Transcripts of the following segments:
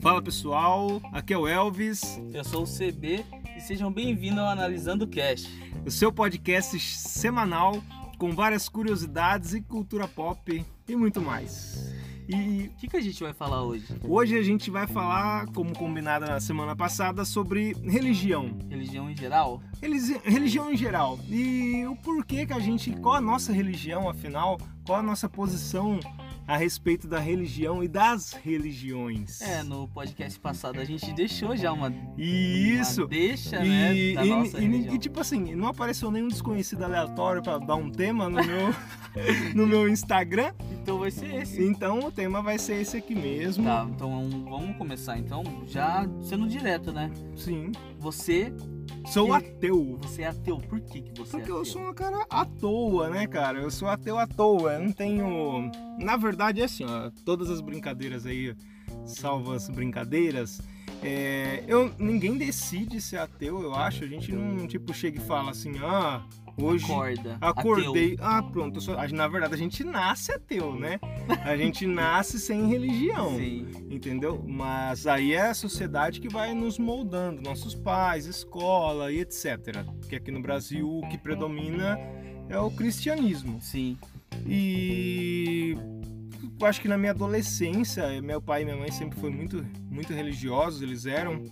Fala pessoal, aqui é o Elvis, Eu sou o CB e sejam bem-vindos ao Analisando o Cast. o seu podcast semanal com várias curiosidades e cultura pop e muito mais. E O que, que a gente vai falar hoje? hoje a gente vai falar, como combinado na semana passada, sobre religião. Religião em geral? Elis- Religião em geral. E o porquê que a gente. Qual a nossa religião, afinal? Qual a nossa posição a respeito da religião e das religiões? É, no podcast passado a gente deixou já uma, E uma isso. deixa, E, né, da e- nossa e- religião. e, tipo assim, não apareceu nenhum desconhecido aleatório pra dar um tema no meu, no meu Instagram. Então vai ser esse. Então o tema vai ser esse aqui mesmo. Tá, então vamos começar então, já sendo direto, né? Sim. Você, Sou E- ateu. você é ateu, por que, que você Porque é ateu? eu sou um cara à toa, né, cara? Eu sou ateu à toa. Eu não tenho. Na verdade, é assim, ó. Todas as brincadeiras aí, salvas brincadeiras. é, eu, ninguém decide ser ateu, eu acho. A gente não, tipo, chega e fala assim, ah, hoje. Acorda, ateu. Acordei. Ah, pronto. eu sou- a- Na verdade, a gente nasce ateu, né? A gente nasce sem religião, Sim, entendeu? Mas aí é a sociedade que vai nos moldando, nossos pais, escola e etc. Porque aqui no Brasil o que predomina é o cristianismo. sim. E eu acho que na minha adolescência, meu pai e minha mãe sempre foram muito, muito religiosos, eles eram.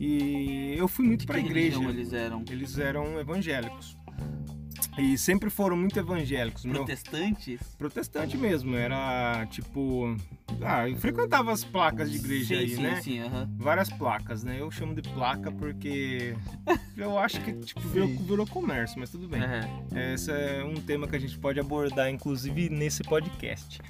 E eu fui muito De para a que é igreja. religião eles eram? Eles eram evangélicos. E sempre foram muito evangélicos. Meu, Protestantes? protestante mesmo, era tipo. Ah, eu frequentava as placas de igreja sim, aí, sim, né? sim, aham. Várias placas, né? Eu chamo de placa porque eu acho que tipo, virou, Sim. virou comércio, mas tudo bem. É. Esse é um tema que a gente pode abordar, inclusive, nesse podcast.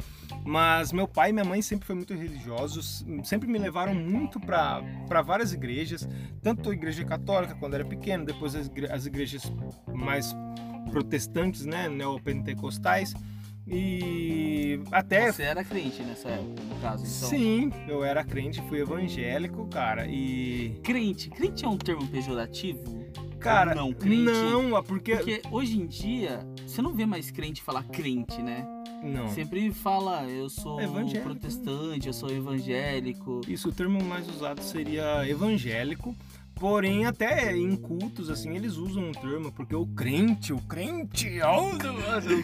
Mas meu pai e minha mãe sempre foram muito religiosos, sempre me levaram muito para várias igrejas, tanto a igreja católica quando era pequeno, depois as, igre- as igrejas mais protestantes, né, neopentecostais, e até... É, Você era crente nessa época, no caso, então. é Sim, eu era crente, fui evangélico, cara, e... Crente, crente é um termo pejorativo? Cara, não, crente. não, é porque... Porque hoje em dia, você não vê mais crente falar crente, né? Não. Sempre fala, eu sou um Evangélico. protestante, eu sou evangélico. Isso, o termo mais usado seria evangélico. Porém, até em cultos, assim, eles usam um termo, porque o crente, o crente, é o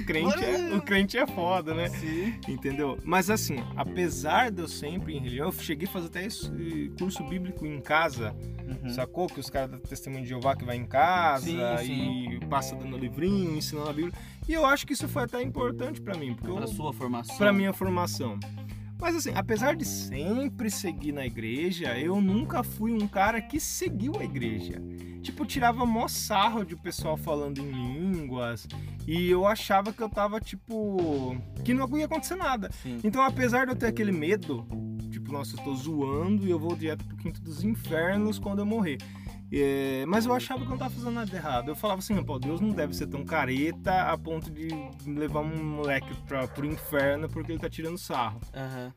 crente, é, o crente é foda, né? Sim. Entendeu? Mas assim, apesar de eu sempre em religião, eu cheguei a fazer até esse curso bíblico em casa, sacou? Que os caras da Testemunho de Jeová que vai em casa Uhum. Sim, sim. e passa dando livrinho, ensinando a Bíblia. E eu acho que isso foi até importante pra mim, porque eu Pra sua formação. para minha formação. Mas assim, apesar de sempre seguir na igreja, eu nunca fui um cara que seguiu a igreja. Tipo, eu tirava mó sarro de pessoal falando em línguas e eu achava que eu tava tipo que não ia acontecer nada. Sim. Então, apesar de eu ter aquele medo, tipo, nossa, eu tô zoando e eu vou direto pro quinto dos infernos quando eu morrer. É, mas eu achava que eu não tava fazendo nada errado. Eu falava assim, pô, Deus não deve ser tão careta a ponto de levar um moleque pra, pro inferno porque ele tá tirando sarro. Aham.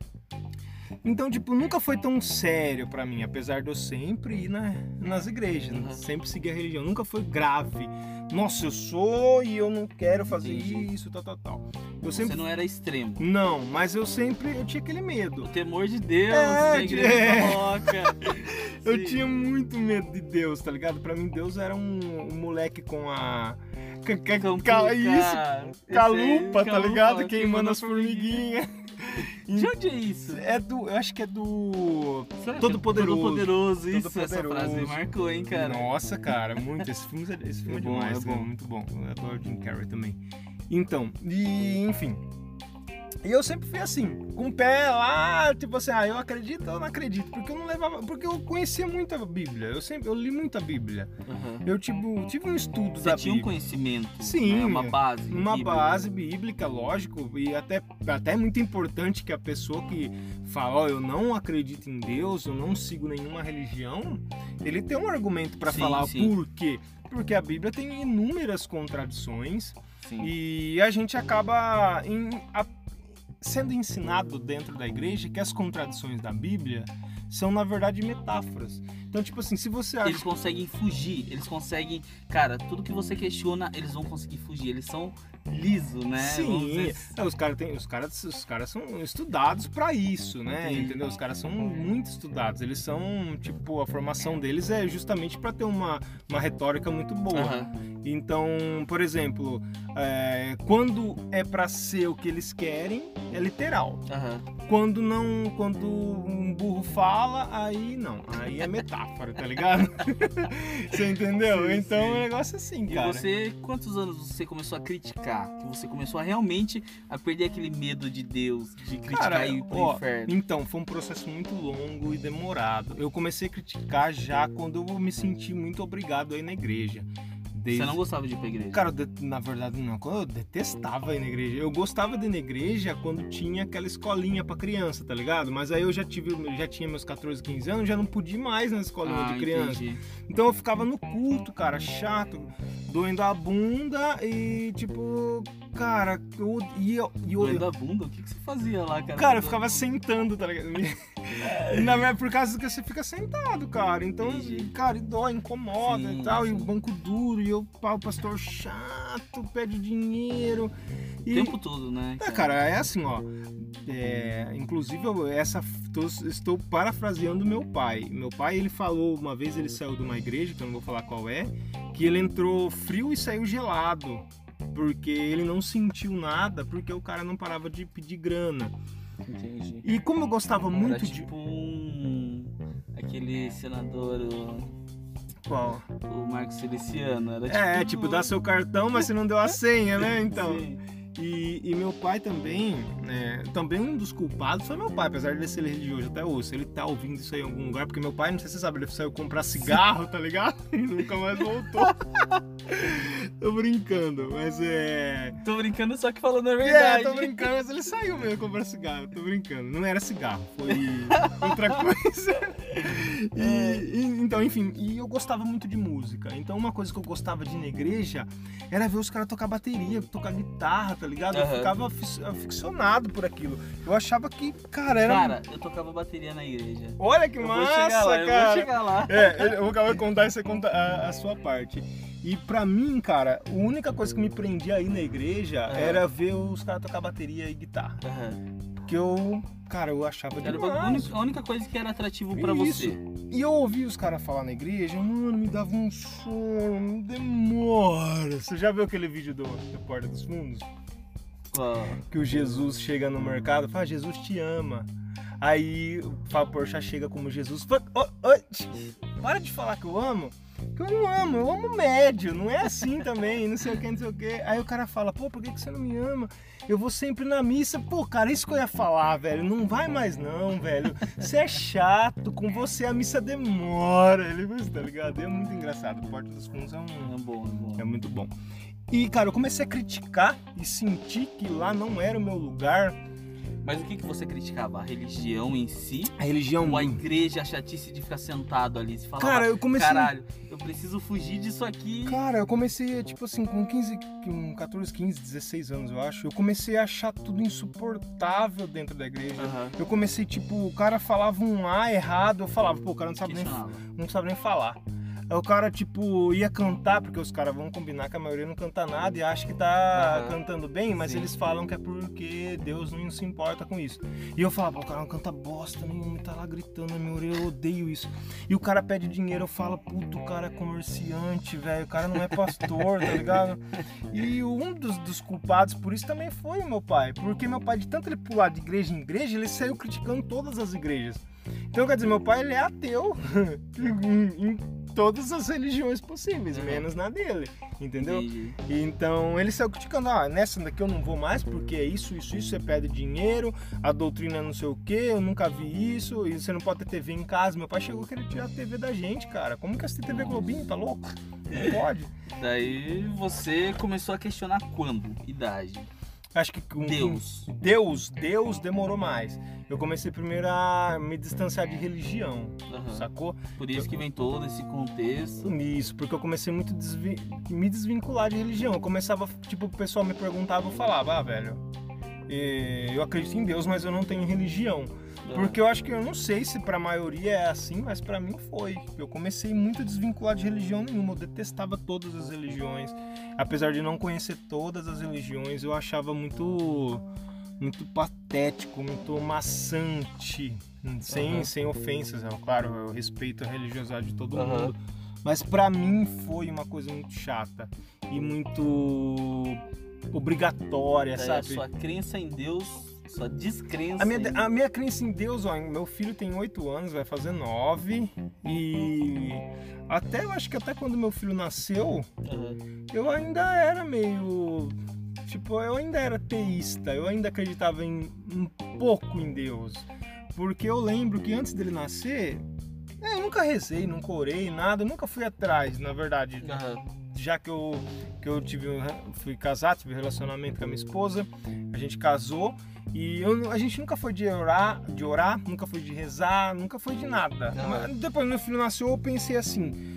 Então, tipo, nunca foi tão sério pra mim, apesar de eu sempre ir na- nas igrejas, Uhum. sempre seguir a religião. Nunca foi grave. Nossa, eu sou e eu não quero fazer Entendi. isso, tal, tal, tal. Eu Você sempre. não era extremo. Não, mas eu sempre. Eu tinha aquele medo. O temor de Deus, É, da igreja é. barroca. Eu Sim. tinha muito medo de Deus, tá ligado? Pra mim, Deus era um, um moleque com a. ca- ca- Campo, ca- isso, cara. Esse aí, calupa, tá calupa, ligado? Queimando as formiguinhas. De onde é isso? É do. Eu acho que é do. Será que Todo é poderoso. Todo poderoso, isso. Essa Todo-Poderoso. frase marcou, hein, cara? Nossa, cara, muito. Esse filme, esse filme é, É bom, demais, é cara, bom. muito bom. Eu adoro Jim Carrey também. Então, e enfim. E eu sempre fui assim, com o pé lá, tipo assim, ah, eu acredito ou não acredito, porque eu não levava, porque eu conhecia muito a Bíblia, eu sempre, eu li muito a Bíblia. Aham. Eu tipo, tive um estudo da Você tinha um Bíblia. conhecimento, Sim, é. né? uma base. uma bíblica. base bíblica, lógico, e até, até é muito importante que a pessoa que fala, ó, eu não acredito em Deus, eu não sigo nenhuma religião, ele tem um argumento para Sim, falar sim. por quê. Porque a Bíblia tem inúmeras contradições Sim. e a gente acaba em- a- sendo ensinado dentro da igreja que as contradições da Bíblia são, na verdade, metáforas. Então, tipo assim, se você acha. Eles conseguem fugir, eles conseguem. Cara, tudo que você questiona, eles vão conseguir fugir. Eles são liso, né? Vamos Sim, dizer- é, os caras os caras os caras são estudados pra isso, né? Entendi. Entendeu? Os caras são muito estudados. Eles são tipo a formação deles é justamente pra ter uma, uma retórica muito boa. Aham. Então, por exemplo, é, quando é pra ser o que eles querem é literal. Aham. Quando não, quando um burro fala, aí não, aí é metáfora, tá ligado? você entendeu? Sim, então sim. é um negócio assim, E cara. você, quantos anos você começou a criticar? Que você começou a realmente a perder aquele medo de Deus, de criticar Cara, e ir pro ó, inferno? Então, foi um processo muito longo e demorado. Eu comecei a criticar já quando eu me senti muito obrigado aí na igreja. Desde... Você não gostava de ir pra igreja? Cara, eu de- na verdade não, quando eu detestava ir na igreja. Eu gostava de ir na igreja quando tinha aquela escolinha pra criança, tá ligado? Mas aí eu já tive, já tinha meus 14, 15 anos, já não podia ir mais na escolinha ah, de criança. entendi. Então eu ficava no culto, cara, chato, doendo a bunda e tipo, cara, eu e eu, e eu- Doendo a bunda, o que, que você fazia lá, cara? Cara, eu ficava sentando, tá ligado? Na verdade, por causa que você fica sentado, cara. Então, Entendi. cara, e dói, incomoda Sim, e tal. E o sim. banco duro, e eu, pá, o pastor chato, pede dinheiro. O E, tempo todo, né? é, cara, é assim, ó. É, inclusive, eu, essa tô- estou parafraseando meu pai. Meu pai, ele falou uma vez, ele saiu de uma igreja, que eu não vou falar qual é, que ele entrou frio e saiu gelado, porque ele não sentiu nada, porque o cara não parava de pedir grana. Entendi. E como eu gostava Era muito de tipo um... Aquele senador, o, qual? o Marco Celiciano. Era tipo É, tipo, dá seu cartão, mas você não deu a senha, né? Então. Sim. E, e meu pai também, né, também um dos culpados foi meu pai, apesar de ser religioso até hoje. Se ele tá ouvindo isso aí em algum lugar, porque meu pai, não sei se você sabe, ele saiu comprar cigarro, tá ligado? E nunca mais voltou. tô brincando, mas é. Tô brincando, só que falando a É, verdade. tô brincando, mas ele saiu mesmo comprar cigarro, tô brincando. Não era cigarro, foi outra coisa. E- É. e- então, enfim, e eu gostava muito de música. Então, uma coisa que eu gostava de ir na igreja era ver os caras tocar bateria, tocar guitarra, tá ligado? Eu Aham. ficava afic- aficionado por aquilo. Eu achava que, cara, era. Cara, eu tocava bateria na igreja. olha que Eu vou chegar massa, lá, eu vou cara. chegar lá. É, ele- eu vou acabar de contar e você conta a, a sua parte. E pra mim, cara, a única coisa que me prendia aí na igreja Aham. era ver os caras tocar bateria e guitarra. Aham. Que eu, cara, eu achava Era o bagulho- a demais. única- a única coisa que era atrativo pra Isso. você. E eu ouvi os caras falar na igreja, mano, me dava um sono, demora. Você já viu aquele vídeo do, do Porta dos Fundos? Ó, Que o Jesus chega no mercado e fala, Jesus te ama. Aí o Fábio Porchat chega como Jesus, "Fa- ó, ó, tch, para de falar que eu amo, que eu não amo, eu amo médio, não é assim também, não sei o que, não sei o que. Aí o cara fala, pô, por que, que você não me ama? Eu vou sempre na missa. Pô, cara, isso que eu ia falar, velho. Não vai mais não, velho. Você é chato, com você a missa demora. Ele falou assim, tá ligado? E É muito engraçado. Porta dos Fundos é um... É bom, é bom. É muito bom. E, cara, eu comecei a criticar e senti que lá não era o meu lugar. Mas o que, que você criticava? A religião em si? A religião... Ou a igreja, a chatice de ficar sentado ali? Você falava, Cara, eu comecei... caralho, eu preciso fugir disso aqui. Cara, eu comecei, tipo assim, com 15, com 14, 15, 16 anos, eu acho. Eu comecei a achar tudo insuportável dentro da igreja. Aham. Eu comecei, tipo, o cara falava um A errado, eu falava, pô, o cara não sabe né? nem Questionava. não sabe nem falar. Aí o cara, tipo, ia cantar, porque os caras vão combinar que a maioria não canta nada e acha que tá Aham. cantando bem, mas Sim. eles falam que é porque Deus não se importa com isso. E eu falava, o cara não canta bosta nenhuma, tá lá gritando na minha orelha, eu odeio isso. E o cara pede dinheiro, eu falo, puto, o cara é comerciante, velho, o cara não é pastor, tá ligado? E um dos, dos culpados por isso também foi o meu pai, porque meu pai, de tanto ele pular de igreja em igreja, ele saiu criticando todas as igrejas. Então, quer dizer, meu pai ele é ateu em, em todas as religiões possíveis, Uhum. menos na dele, entendeu? Entendi. Então, ele saiu criticando, ah, nessa daqui eu não vou mais porque é isso, isso, isso, você perde dinheiro, a doutrina é não sei o que, eu nunca vi isso, e você não pode ter TV em casa. Meu pai chegou querendo tirar a TV da gente, cara. Como que assistir TV Globinho, tá louco? Não pode. Daí você começou a questionar quando? Idade. Acho que com com Deus. Deus, Deus demorou mais. Eu comecei primeiro a me distanciar de religião, Aham. sacou? Por isso que vem todo esse contexto. Isso, porque eu comecei muito desvi- me desvincular de religião. Eu começava, tipo, o pessoal me perguntava, eu falava, ah, velho, eh, eu acredito em Deus, mas eu não tenho religião. Da- Porque eu acho que eu não sei se pra maioria é assim, mas pra mim foi. Eu comecei muito desvinculado de religião nenhuma, eu detestava todas as religiões. Apesar de não conhecer todas as religiões, eu achava muito muito patético, muito maçante, sem, Aham. sem ofensas, é claro, eu respeito a religiosidade de todo Aham. mundo, mas pra mim foi uma coisa muito chata e muito obrigatória, Daí é sabe? A sua crença em Deus, sua descrença. A minha, em... a minha crença em Deus, ó, meu filho tem 8 anos, vai fazer 9. E até eu acho que até quando meu filho nasceu, Aham. eu ainda era meio. Tipo, eu ainda era teísta, eu ainda acreditava em um pouco em Deus. Porque eu lembro que antes dele nascer, é, eu nunca rezei, nunca orei, nada, eu nunca fui atrás, na verdade Aham. já que eu, que eu tive, um re- fui casar, tive um relacionamento com a minha esposa, a gente casou e eu nu- a gente nunca foi de orar, de orar, nunca foi de rezar, nunca foi de nada. Aham. Mas depois meu filho nasceu, eu pensei assim,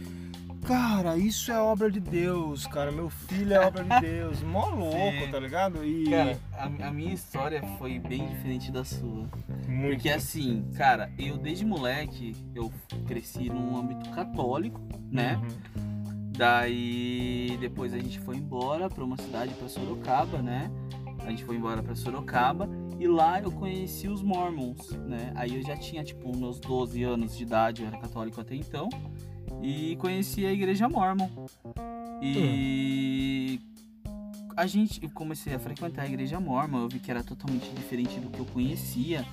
cara, isso é obra de Deus, cara, meu filho é obra de Deus, mó louco, Sim. tá ligado? E Cara, a, a minha história foi bem diferente da sua. muito. Porque assim, cara, eu desde moleque, eu cresci num âmbito católico, né? Uhum. Daí depois a gente foi embora pra uma cidade, pra Sorocaba, né? A gente foi embora pra Sorocaba e lá eu conheci os Mormons, né? Aí eu já tinha tipo meus 12 anos de idade, eu era católico até então, e conheci a igreja Mormon. E a gente eu comecei a frequentar a igreja Mormon, eu vi que era totalmente diferente do que eu conhecia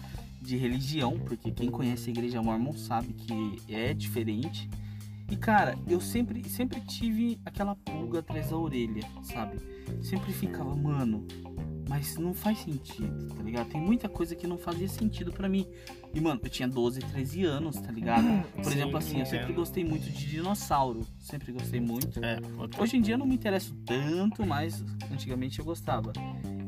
de religião, porque quem conhece a igreja Mormon sabe que é diferente. E cara, eu sempre, sempre tive aquela pulga atrás da orelha, sabe? Sempre ficava, mano, mas não faz sentido, tá ligado? Tem muita coisa que não fazia sentido pra mim. E mano, eu tinha 12, 13 anos, tá ligado? Por Sim, exemplo, assim, eu sempre entendo. gostei muito de dinossauro, sempre gostei muito. É, outra- Hoje em dia eu não me interesso tanto, mas antigamente eu gostava.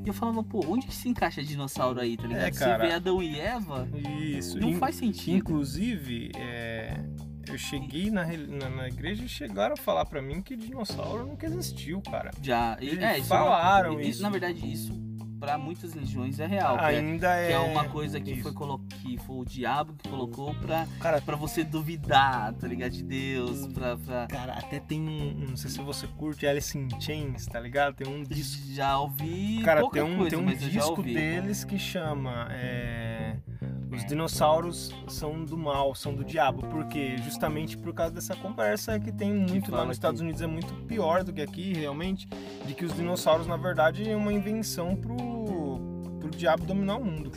E eu falava, pô, onde que se encaixa dinossauro aí, tá ligado? É, cara. Você vê Adão e Eva, Isso. não In- faz sentido. Inclusive, é, eu cheguei na, re- na, na igreja e chegaram a falar pra mim que dinossauro nunca existiu, cara. Já, e- Eles é, isso falaram é uma, isso. Na verdade, isso pra muitas religiões é real. que é- Ainda é. Que é uma coisa que isso. foi, colo... que foi o diabo que colocou pra, Cara, pra você duvidar, tá ligado? De Deus, pra... pra... cara, até tem um. um- Não sei se você curte Alice in Chains, tá ligado? Tem um disco. Já ouvi Cara, pouca tem um, coisa, tem um mas eu já disco ouvi. deles que chama. é, Os dinossauros são do mal, são do diabo. Por quê? Justamente por causa dessa conversa que tem muito lá fala nos que- Estados Unidos, é muito pior do que aqui, realmente, de que os dinossauros, na verdade, é uma invenção pro, pro diabo dominar o mundo.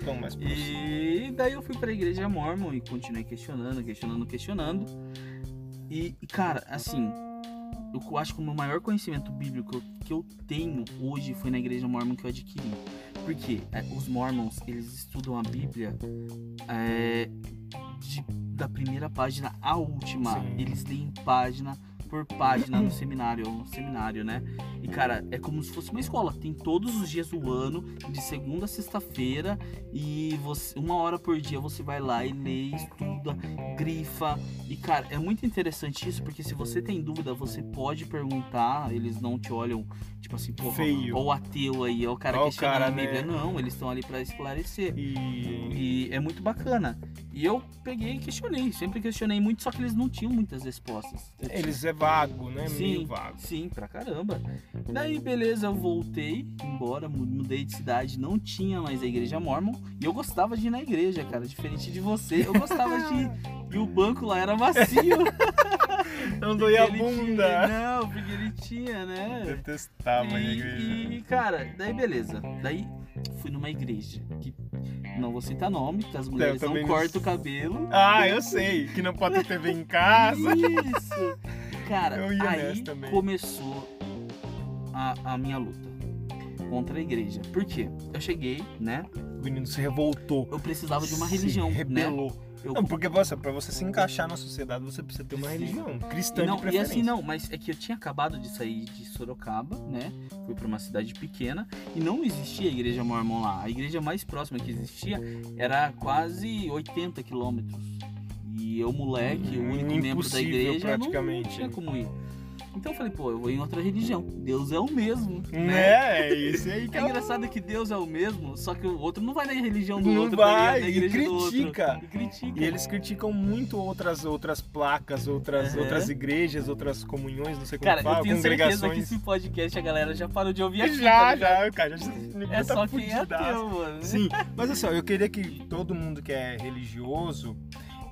Então, mas. E daí eu fui pra igreja mormon e continuei questionando, questionando, questionando. E, e, cara, assim, eu co- acho que o meu maior conhecimento bíblico que eu tenho hoje foi na igreja mormon que eu adquiri. Porque é, os mormons, eles estudam a Bíblia é, de- da primeira página à última. Sim. Eles têm página por página no seminário, no seminário, né? E cara, é como se fosse uma escola. Tem todos os dias do ano, de segunda a sexta-feira, e você, uma hora por dia você vai lá e lê, estuda, grifa. E cara, é muito interessante isso, porque se você tem dúvida, você pode perguntar, eles não te olham, tipo assim, pô, Feio. ou ateu aí, ó, o cara Ó o questionando cara, a Bíblia. né? Não, eles estão ali pra esclarecer. E. E é muito bacana. E eu peguei e questionei, sempre questionei muito, só que eles não tinham muitas respostas. Eu Eles é vago, né? Sim. Meio vago. Sim, pra caramba. Daí, beleza, eu voltei embora, mu- mudei de cidade, não tinha mais a igreja mormon. E eu gostava de ir na igreja, cara. Diferente de você, eu gostava de ir. E o banco lá era vacio. Não doía porque Então, a ele tinha- bunda. não, porque ele tinha, né? Detestava a e, Ah, igreja. e, cara, daí beleza. Daí fui numa igreja. Que não vou citar nome, porque as mulheres não também não cortam o cabelo. Ah, eu sei, que não pode ter TV em casa. Isso! Cara, Eu ia aí nessa também. começou a, a minha luta contra a igreja. Por quê? Eu cheguei, né? O menino se revoltou. Eu precisava de uma Se religião, né? rebelou. Eu- Não, porque você, pra você se encaixar na sociedade, você precisa ter uma Sim. religião cristã E não, de e preferência. assim não, mas é que eu tinha acabado de sair de Sorocaba, né? Fui pra uma cidade pequena e não existia igreja mormon lá. A igreja mais próxima que existia era quase 80 quilômetros. E eu, moleque, o único membro da Hum, Impossível, igreja, não, não praticamente. tinha como ir. Então eu falei, pô, eu vou em outra religião. Deus é o mesmo, né? Né? É isso aí que É é o engraçado que Deus é o mesmo, só que o outro não vai na religião do Não outro, vai, tá ligado? na e igreja do outro. assim. critica. E critica. E eles criticam muito outras outras placas, outras Aham. outras igrejas, outras comunhões, não sei como Cara, fala, eu tenho certeza que congregações. esse podcast a galera já parou de ouvir aqui. tá já, ligado? já, cara, já ninguém É tá só quem é fudidaço. ateu, mano. Sim, mas assim, ó, eu queria que todo mundo que é religioso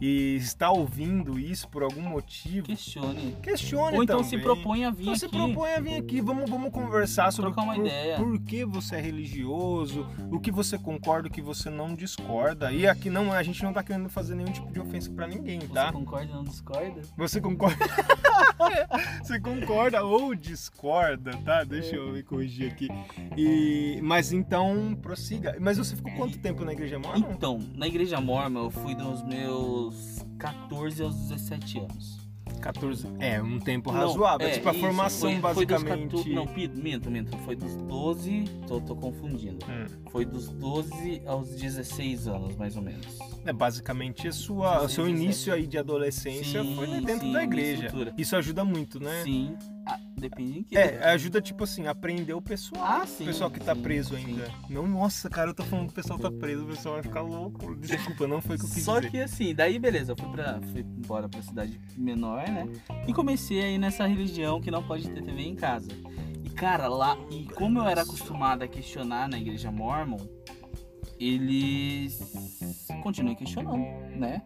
e está ouvindo isso por algum motivo, Questione. questione Ou então também. se propõe a vir Então aqui. se propõe a vir aqui, vamos, vamos conversar sobre Trocar uma por, ideia. por que você é religioso, o que você concorda, o que você não discorda. E aqui não, a gente não tá querendo fazer nenhum tipo de ofensa pra ninguém, Você tá? concorda ou não discorda? Você concorda? Você concorda ou discorda, tá? Deixa eu me corrigir aqui. E mas então prossiga. Mas você ficou quanto É. tempo na igreja mormon? Então, na igreja mormon eu fui dos meus 14 aos 17 anos. 14. É, um tempo Não, razoável. é, tipo, a isso, formação foi- foi dos basicamente. 14 não, pi- minto, minto. Foi dos 12. Tô, tô confundindo. Hum. Foi dos 12 aos 16 anos, mais ou menos. É basicamente a sua, o seu 16, início aí de adolescência Sim, foi dentro sim, da igreja. estrutura. Isso ajuda muito, né? Sim. Ah, depende em que. É, ajuda, tipo assim, a prender o pessoal. Ah, sim, o pessoal que tá sim, preso sim. ainda. Não, nossa, cara, eu tô falando que o pessoal tá preso, o pessoal vai ficar louco. Desculpa, não foi o que eu quis Só dizer. que assim, daí beleza, eu fui, pra, fui embora pra cidade menor, né? E comecei aí nessa religião que não pode ter TV em casa. E cara, lá, e como eu era acostumado a questionar na igreja mormon, eles continuam questionando, né?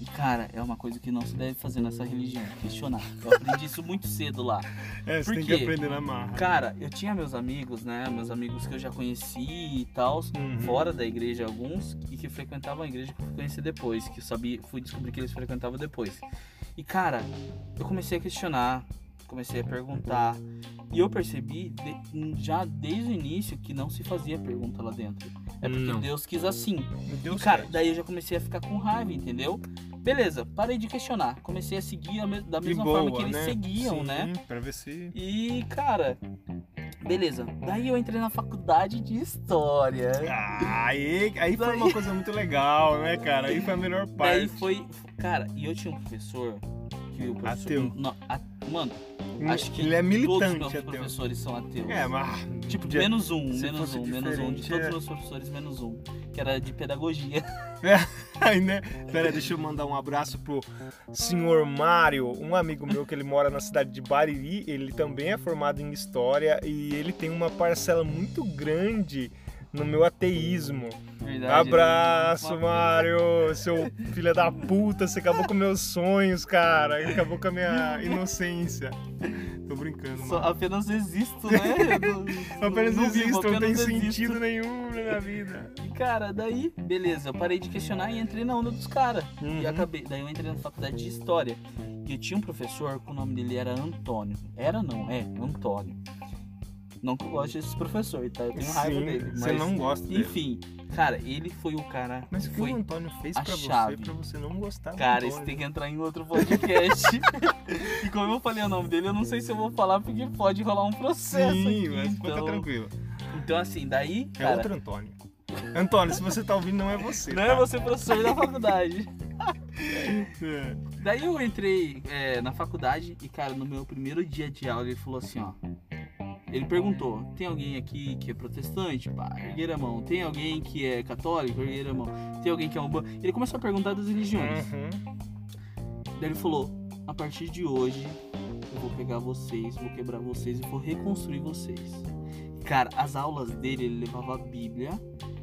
E cara, é uma coisa que não se deve fazer nessa religião, questionar. Eu aprendi isso muito cedo lá. É, você Por tem quê? que aprender na marra. Cara, eu tinha meus amigos, né? Meus amigos que eu já conheci e tal, Uhum. fora da igreja alguns, e que frequentavam a igreja que eu conheci depois, que eu sabia, fui descobrir que eles frequentavam depois. E cara, eu comecei a questionar, comecei a perguntar, e eu percebi de- já desde o início que não se fazia pergunta lá dentro. É porque Não. Deus quis assim. Meu E, Deus cara, do céu. daí eu já comecei a ficar com raiva, entendeu? Beleza, parei de questionar. Comecei a seguir a me- da De mesma boa, forma que eles né? seguiam, Sim, né? Pra ver se. E, cara, beleza. Daí eu entrei na faculdade de história. Ah, aí, aí foi uma coisa muito legal, né, cara? Aí foi a melhor parte. Daí foi. Cara, e eu tinha um professor que o professor. Ateu. Não, a- mano, acho que ele é todos os militante meus até. professores são ateus. É, mas. Tipo, podia- menos um, se menos fosse um, menos um. De diferente, todos é. os meus professores, menos um. Que era de pedagogia. Ai, né? Pera, deixa eu mandar um abraço pro senhor Mário, um amigo meu que ele mora na cidade de Bariri, ele também é formado em história e ele tem uma parcela muito grande no meu ateísmo. Verdade. né? Abraço, Uma- Mário, seu filho da puta, você acabou com meus sonhos, cara, acabou com a minha inocência. Tô brincando, Só mano. apenas existo, né? Eu apenas não vivo, existo, não tem apenas existo. sentido nenhum na minha vida. E, cara, daí, beleza, eu parei de questionar e entrei na onda dos caras. E Uhum. acabei, daí eu entrei na faculdade de História. E eu tinha um professor, que o nome dele era Antônio. Era não, é, Antônio. Não que eu goste desse professor, tá? Eu tenho raiva Sim, dele. Você mas, não gosta dele. Enfim, cara, ele foi o cara. Mas o que foi... o Antônio fez a pra você, chave. pra você não gostar do Cara, isso Antônio? tem que entrar em outro podcast. e como eu falei o nome dele, eu não sei se eu vou falar porque pode rolar um processo. Sim, aqui, é assim, mas fica então... tranquilo. então, assim, daí. É cara, outro Antônio. Antônio, se você tá ouvindo, não é você. Não tá? é você professor da faculdade. Né? É. Daí eu entrei é, na faculdade e, cara, no meu primeiro dia de aula ele falou assim, ó. Ele perguntou, tem alguém aqui que é protestante? Pá, ergueira a mão. Tem alguém que é católico? Ergueira a mão. Tem alguém que é um Ele começou a perguntar das religiões. Uhum. Daí ele falou, a partir de hoje eu vou pegar vocês, vou quebrar vocês e vou reconstruir vocês. Cara, as aulas dele, ele levava a Bíblia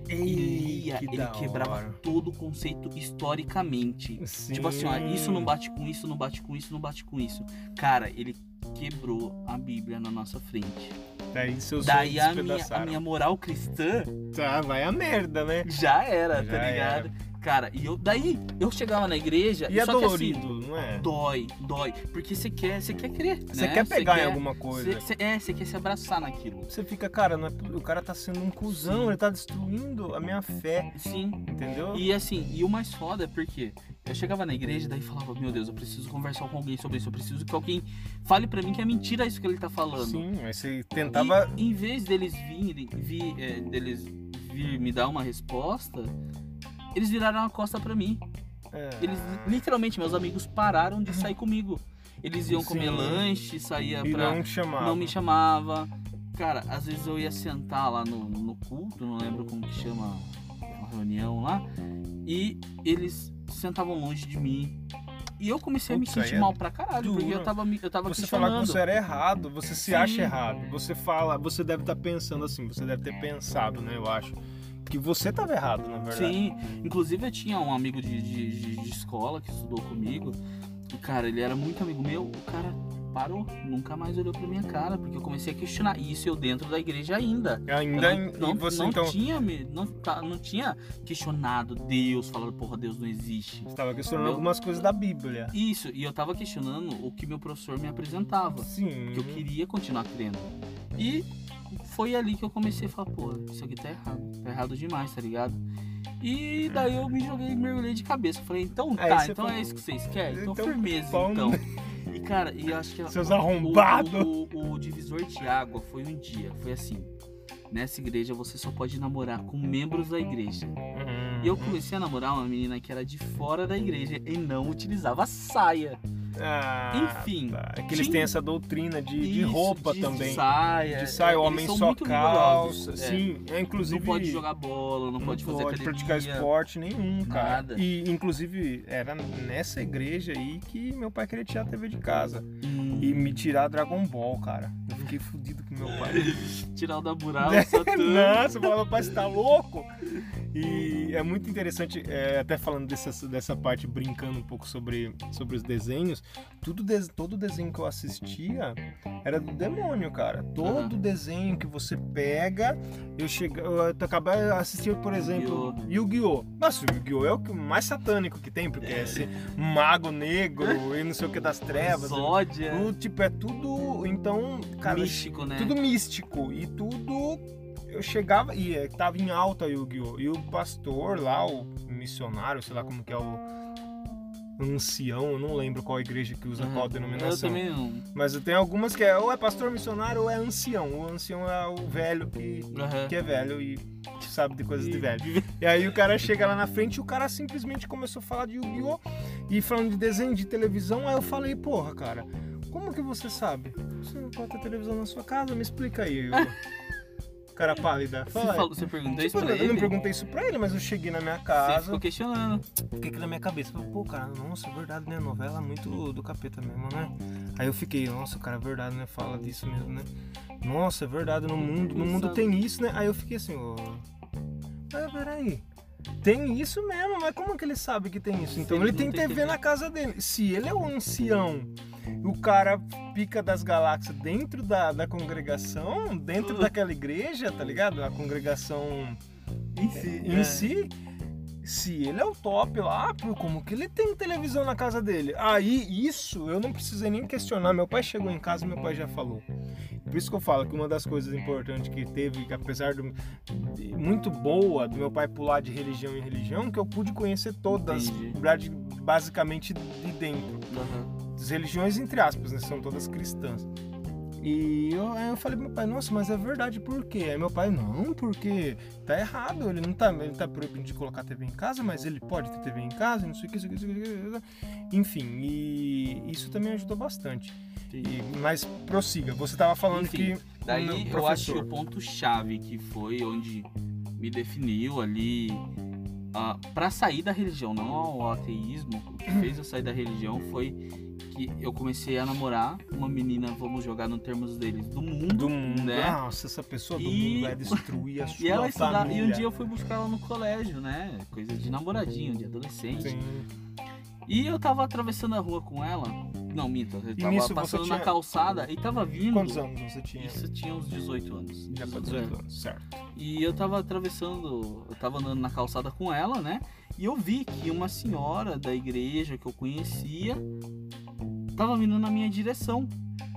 e lia, Ei, que ele da quebrava hora. todo o conceito historicamente. Sim. Tipo assim, ó, isso Hum. não bate com isso, não bate com isso, não bate com isso. Cara, ele quebrou a Bíblia na nossa frente. Daí seus Daí sonhos a minha, a despedaçaram. minha moral cristã Tá, vai a merda, né? já era, Já tá ligado? Cara, e eu daí eu chegava na igreja E é só dolorido, que não é? assim, dói, dói, porque você quer, você quer crer, Você né? quer pegar Você em quer- alguma coisa. você- você- é, você quer se abraçar naquilo. Você fica, cara, não é po- o cara tá sendo um cuzão, ele tá destruindo a minha fé, Sim. entendeu? E assim, e o mais foda é porque eu chegava na igreja daí falava, meu Deus, eu preciso conversar com alguém sobre isso, eu preciso que alguém fale pra mim que é mentira isso que ele tá falando. Sim, mas você tentava. E, em vez deles virem, vi- é, deles vir me dar uma resposta, eles viraram a costa pra mim. É. Eles literalmente meus amigos pararam de sair comigo. Eles iam comer Sim. lanche, saía E pra. não te chamava. Não me chamava. Cara, às vezes eu ia sentar lá no, no culto, não lembro como que chama a reunião lá. E eles sentavam longe de mim. E eu comecei a me Putz, aí sentir é mal pra caralho, porque duro. eu tava, me- eu tava Você questionando. falar que você era errado, você se Sim. acha errado. Você fala, você deve estar pensando assim, você deve ter pensado, né? Eu acho. Que você estava errado, na verdade. Sim, inclusive eu tinha um amigo de, de, de- de escola que estudou comigo. E, cara, ele era muito amigo meu. O cara parou, nunca mais olhou pra minha cara, porque eu comecei a questionar. E isso eu dentro da igreja ainda. Eu Ainda não, e você não então tinha me- não, tá- não tinha questionado Deus, falando, porra, Deus não existe. estava questionando Não. algumas coisas da Bíblia. Isso, e eu tava questionando o que meu professor me apresentava. Sim. Que eu queria continuar crendo. E foi ali que eu comecei a falar, pô, isso aqui tá errado. Tá errado demais, tá ligado? E daí eu me joguei, mergulhei de cabeça. Falei, então Aí tá, você então falou, é isso que vocês querem? Então, então firmeza, pau no então. E cara, e eu acho que... Seus o- o- arrombado. O, o- o divisor de água foi um dia, foi assim... Nessa igreja você só pode namorar com membros da igreja. Uhum. E eu comecei a namorar uma menina que era de fora da igreja e não utilizava saia. Ah, Enfim, tá. É que eles tinha- têm essa doutrina de, de Isso, roupa de também. Saia. De saia, o Eles homem são só muito rigorosos, calça. é. Sim, é, inclusive. Não pode jogar bola, não, pode fazer academia. praticar esporte nenhum, cara. nada. E inclusive era nessa igreja aí que meu pai queria tirar a TV de casa Hum, e me tirar Dragon Ball, cara. Eu fiquei fudido com meu pai. Tirar o da buraca, Satã. Nossa, eu falava, pai, você tá louco? E é muito interessante, é, até falando dessa, dessa parte, brincando um pouco sobre, sobre os desenhos, tudo des- todo desenho que eu assistia era do demônio, cara. Todo Aham. desenho que você pega, eu chega, eu acabei assistindo, por exemplo, Yu-Gi-Oh! Nossa, o Yu-Gi-Oh! é o que mais satânico que tem, porque é esse mago negro e não sei o que das É, trevas. Zódia. O, tipo, é tudo. Então, é cara, Místico, né? tudo místico e tudo eu chegava e eh, tava em alta Yu-Gi-Oh! E o pastor lá, o missionário, sei lá como que é o ancião, eu não lembro qual igreja que usa Aham. qual Uhum. Eu denominação. também não. Mas tem algumas que é ou é pastor missionário ou é ancião. O ancião é o velho que, Aham. que é velho e que sabe de coisas de E- velho. E aí o cara chega lá na frente e o cara simplesmente começou a falar de Yu-Gi-Oh! E falando de desenho de televisão, aí eu falei, porra, cara, como que você sabe? Você não pode ter televisão na sua casa? Me explica aí. eu- cara pálida. Você, Fala. aí. falou, você perguntou isso Tipo, pra eu ele? não perguntei isso pra ele, mas eu cheguei na minha Você casa, ficou questionando. fiquei aqui na minha cabeça. Falei, pô, cara, nossa, é verdade, né? A novela é muito do capeta mesmo, né? Aí eu fiquei, nossa, cara, é verdade, né? Fala disso mesmo, né? Nossa, é verdade, no mundo, no mundo tem isso, né? Aí eu fiquei assim, ô. Mas peraí. Tem isso mesmo, mas como que ele sabe que tem isso? Se Então ele ele não tá tem tem TV TV. na casa dele. Se ele é o ancião, o cara pica das galáxias dentro da, da congregação, dentro Uh. daquela igreja, tá ligado? A congregação Em si. em si, se ele é o top lá, pô, como que ele tem televisão na casa dele? Aí, isso eu não precisei nem questionar. Meu pai chegou em casa e meu pai já falou. Por isso que eu falo que uma das coisas importantes que teve, que apesar do, de- muito boa do meu pai pular de religião em religião, que eu pude conhecer todas, Entendi. brad- basicamente de dentro as religiões entre aspas, né? São todas cristãs. E eu, aí eu falei pro meu pai, nossa, mas é verdade, por quê? Aí meu pai, não, porque tá errado, ele não tá, ele tá proibido de colocar TV em casa, mas ele pode ter TV em casa, e não sei o que, isso aqui, isso aqui, isso aqui. Enfim, e isso também ajudou bastante. E- mas prossiga, você tava falando Enfim, que. Daí Não, eu acho que professor. o ponto chave que foi onde me definiu ali ah, pra sair da religião, não ao ateísmo, o que fez eu sair da religião foi que eu comecei a namorar uma menina, vamos jogar no termos deles, do mundo. Do mundo, ah, né? nossa, essa pessoa do E- mundo vai destruir a sua E ela estudava, família. e um dia eu fui buscar ela no colégio, né? Coisa de namoradinho, de adolescente. Sim. E eu tava atravessando a rua com ela. Não, minta, eu tava nisso você passando na tinha- calçada e tava vindo. Quantos anos você tinha? Isso eu tinha uns 18 anos. Já pra 18 anos, certo. E eu tava atravessando, eu tava andando na calçada com ela, né? E eu vi que uma senhora da igreja que eu conhecia tava vindo na minha direção.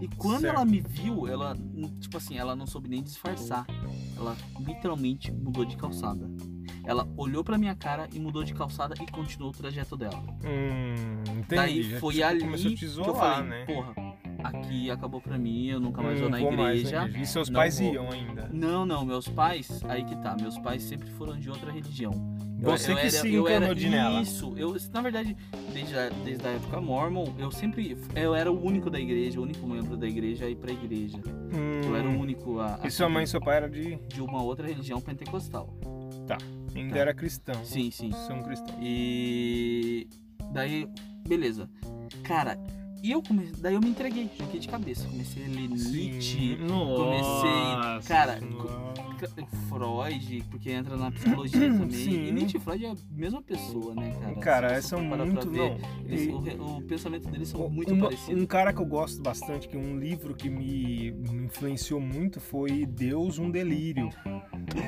E quando Certo. ela me viu, ela, tipo assim, ela não soube nem disfarçar. Ela literalmente mudou de calçada. Ela olhou pra minha cara e mudou de calçada e continuou o trajeto dela. Hum, entendi. Daí Já, foi tipo, ali começou a te que eu isolar, falei, né? Hum, porra, aqui acabou pra mim, eu nunca mais vou na vou mais igreja. E seus Não pais vou. iam ainda. Não, não, meus pais, aí que tá, meus pais sempre foram de outra religião. Eu- Você eu que era- se eu encarnou era- de nela. Isso, eu, na verdade, desde a, desde a época mormon, eu sempre, eu era o único da igreja, o único membro da igreja a ir pra igreja. Eu era o Hum, único a, a e sua mãe e seu pai eram de. de uma outra religião pentecostal. ainda Tá. era cristão. Sim, sim. São cristãos. E daí, beleza. Cara, e eu comecei, daí eu me entreguei, joguei de cabeça, comecei a ler Nietzsche, comecei- cara, nossa. Ca- Freud, porque entra na psicologia também. Uhum. Sim. E Nietzsche e Freud é a mesma pessoa, né, cara? Se Cara, você são for parar muito. pra ver, Não, eles- e- o, re- o pensamento deles são muito Uma- parecidos. um cara que eu gosto bastante, que um livro que me me influenciou muito foi Deus, um Delírio.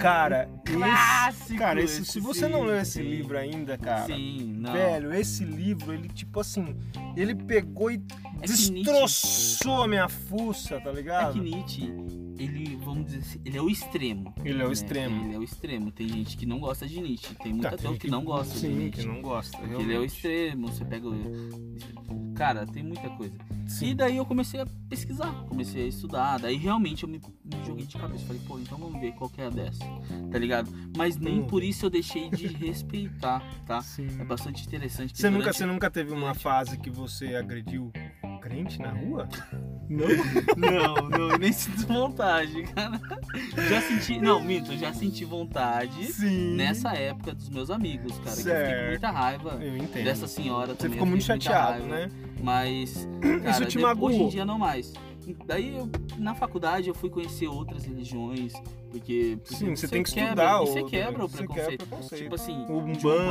Cara, esse, Clássico! cara, esse, se você sim, não leu esse sim. livro ainda, cara, Sim, não. velho, esse livro, ele tipo assim, ele pegou e É que destroçou a minha fuça, tá É que ligado? Nietzsche, ele, vamos dizer assim, ele é o extremo. Ele é o né? extremo. Ele é o extremo. Tem gente que não gosta de Nietzsche, tem Tá, muito tem ateu gente que não gosta de Sim, Nietzsche. que não gosta. Porque ele é o realmente. extremo, você pega o. Cara, tem muita coisa. Sim. E daí eu comecei a pesquisar, comecei a estudar. Daí realmente eu me, me joguei de cabeça. Falei, pô, então vamos ver qual que é a dessa. Tá ligado? Mas nem Hum. por isso eu deixei de respeitar, tá? Sim. É bastante interessante. que Você nunca, durante- você nunca teve uma fase que você agrediu crente na rua? Não? Não, não, eu nem sinto vontade, cara. Já senti. Não, minto, eu já senti vontade Sim. nessa época dos meus amigos, cara. Que eu fiquei com Certo. muita raiva. Eu entendo. Dessa senhora Você também. ficou eu muito fiquei com muita chateado, raiva. né? Mas, cara, te de- magoou. hoje em dia não mais. Daí, eu, na faculdade, eu fui conhecer outras religiões, porque... porque Sim, você tem que quebra, estudar. e Você outro, quebra o você quebra preconceito. o preconceito. Tipo assim, de Umbanda.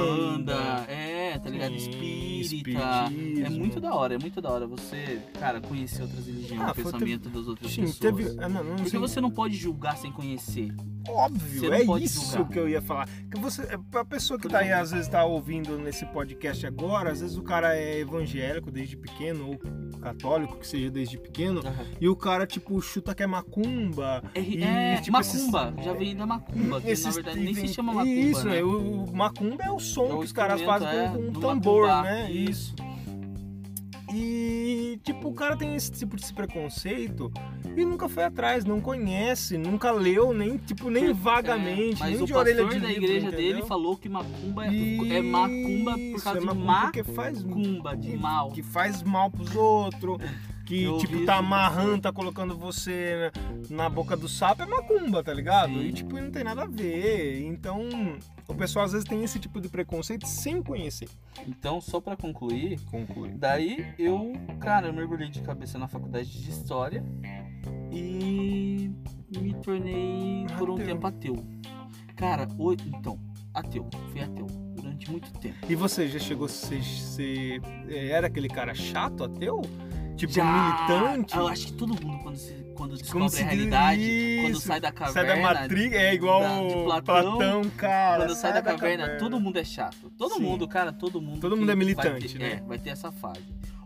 Umbanda, é, tá ligado? Sim, Espírita. É espiritismo. muito da hora, é muito da hora você, cara, conhecer outras religiões, Ah, o foi- pensamento das outras Sim, pessoas. teve. Ah, não, não Porque sei. você não pode julgar sem conhecer. você Óbvio, não é pode isso julgar. que eu ia falar. Que você, a pessoa que tá aí, às vezes, tá ouvindo nesse podcast agora, às vezes o cara é evangélico desde pequeno, ou católico, que seja desde pequeno, e o cara, tipo, chuta que é macumba. É, E, é, tipo, esses- macumba, já veio da macumba, que na Esses verdade nem se inven- chama macumba, Isso, né? é, o o macumba é o som É o que os caras instrumento, fazem é, com um do tambor, macumba. né? Isso. E, tipo, o cara tem esse tipo de preconceito e nunca foi atrás, não conhece, nunca leu, nem, tipo, nem vagamente, É, mas nem o de pastor orelha de da livro, igreja dele entendeu? falou que macumba é, é macumba por Isso, causa é de macumba macumba, porque faz um de mal. que faz mal pros outros, que Eu tipo ouvi tá isso. amarrando, tá colocando você na, na boca do sapo, é macumba, tá ligado? Sim. E tipo, não tem nada a ver. Então, o pessoal às vezes tem esse tipo de preconceito sem conhecer. Então, só pra concluir, Conclui. daí eu, cara, eu mergulhei de cabeça na faculdade de história e me tornei por um Ateu. tempo ateu. Cara, o- então, ateu, fui ateu durante muito tempo. E você já chegou a ser, ser- é, era aquele cara chato ateu? Tipo Já- militante? Eu acho que todo mundo quando se quando descobre Quando se a realidade, diz- quando sai da caverna, Sai da matriz, é igual da- de o Platão. cara. Quando sai da caverna, todo mundo é chato. Todo Sim. mundo, cara, todo mundo. Todo mundo que é militante, vai ter, né? É, vai ter essa fase.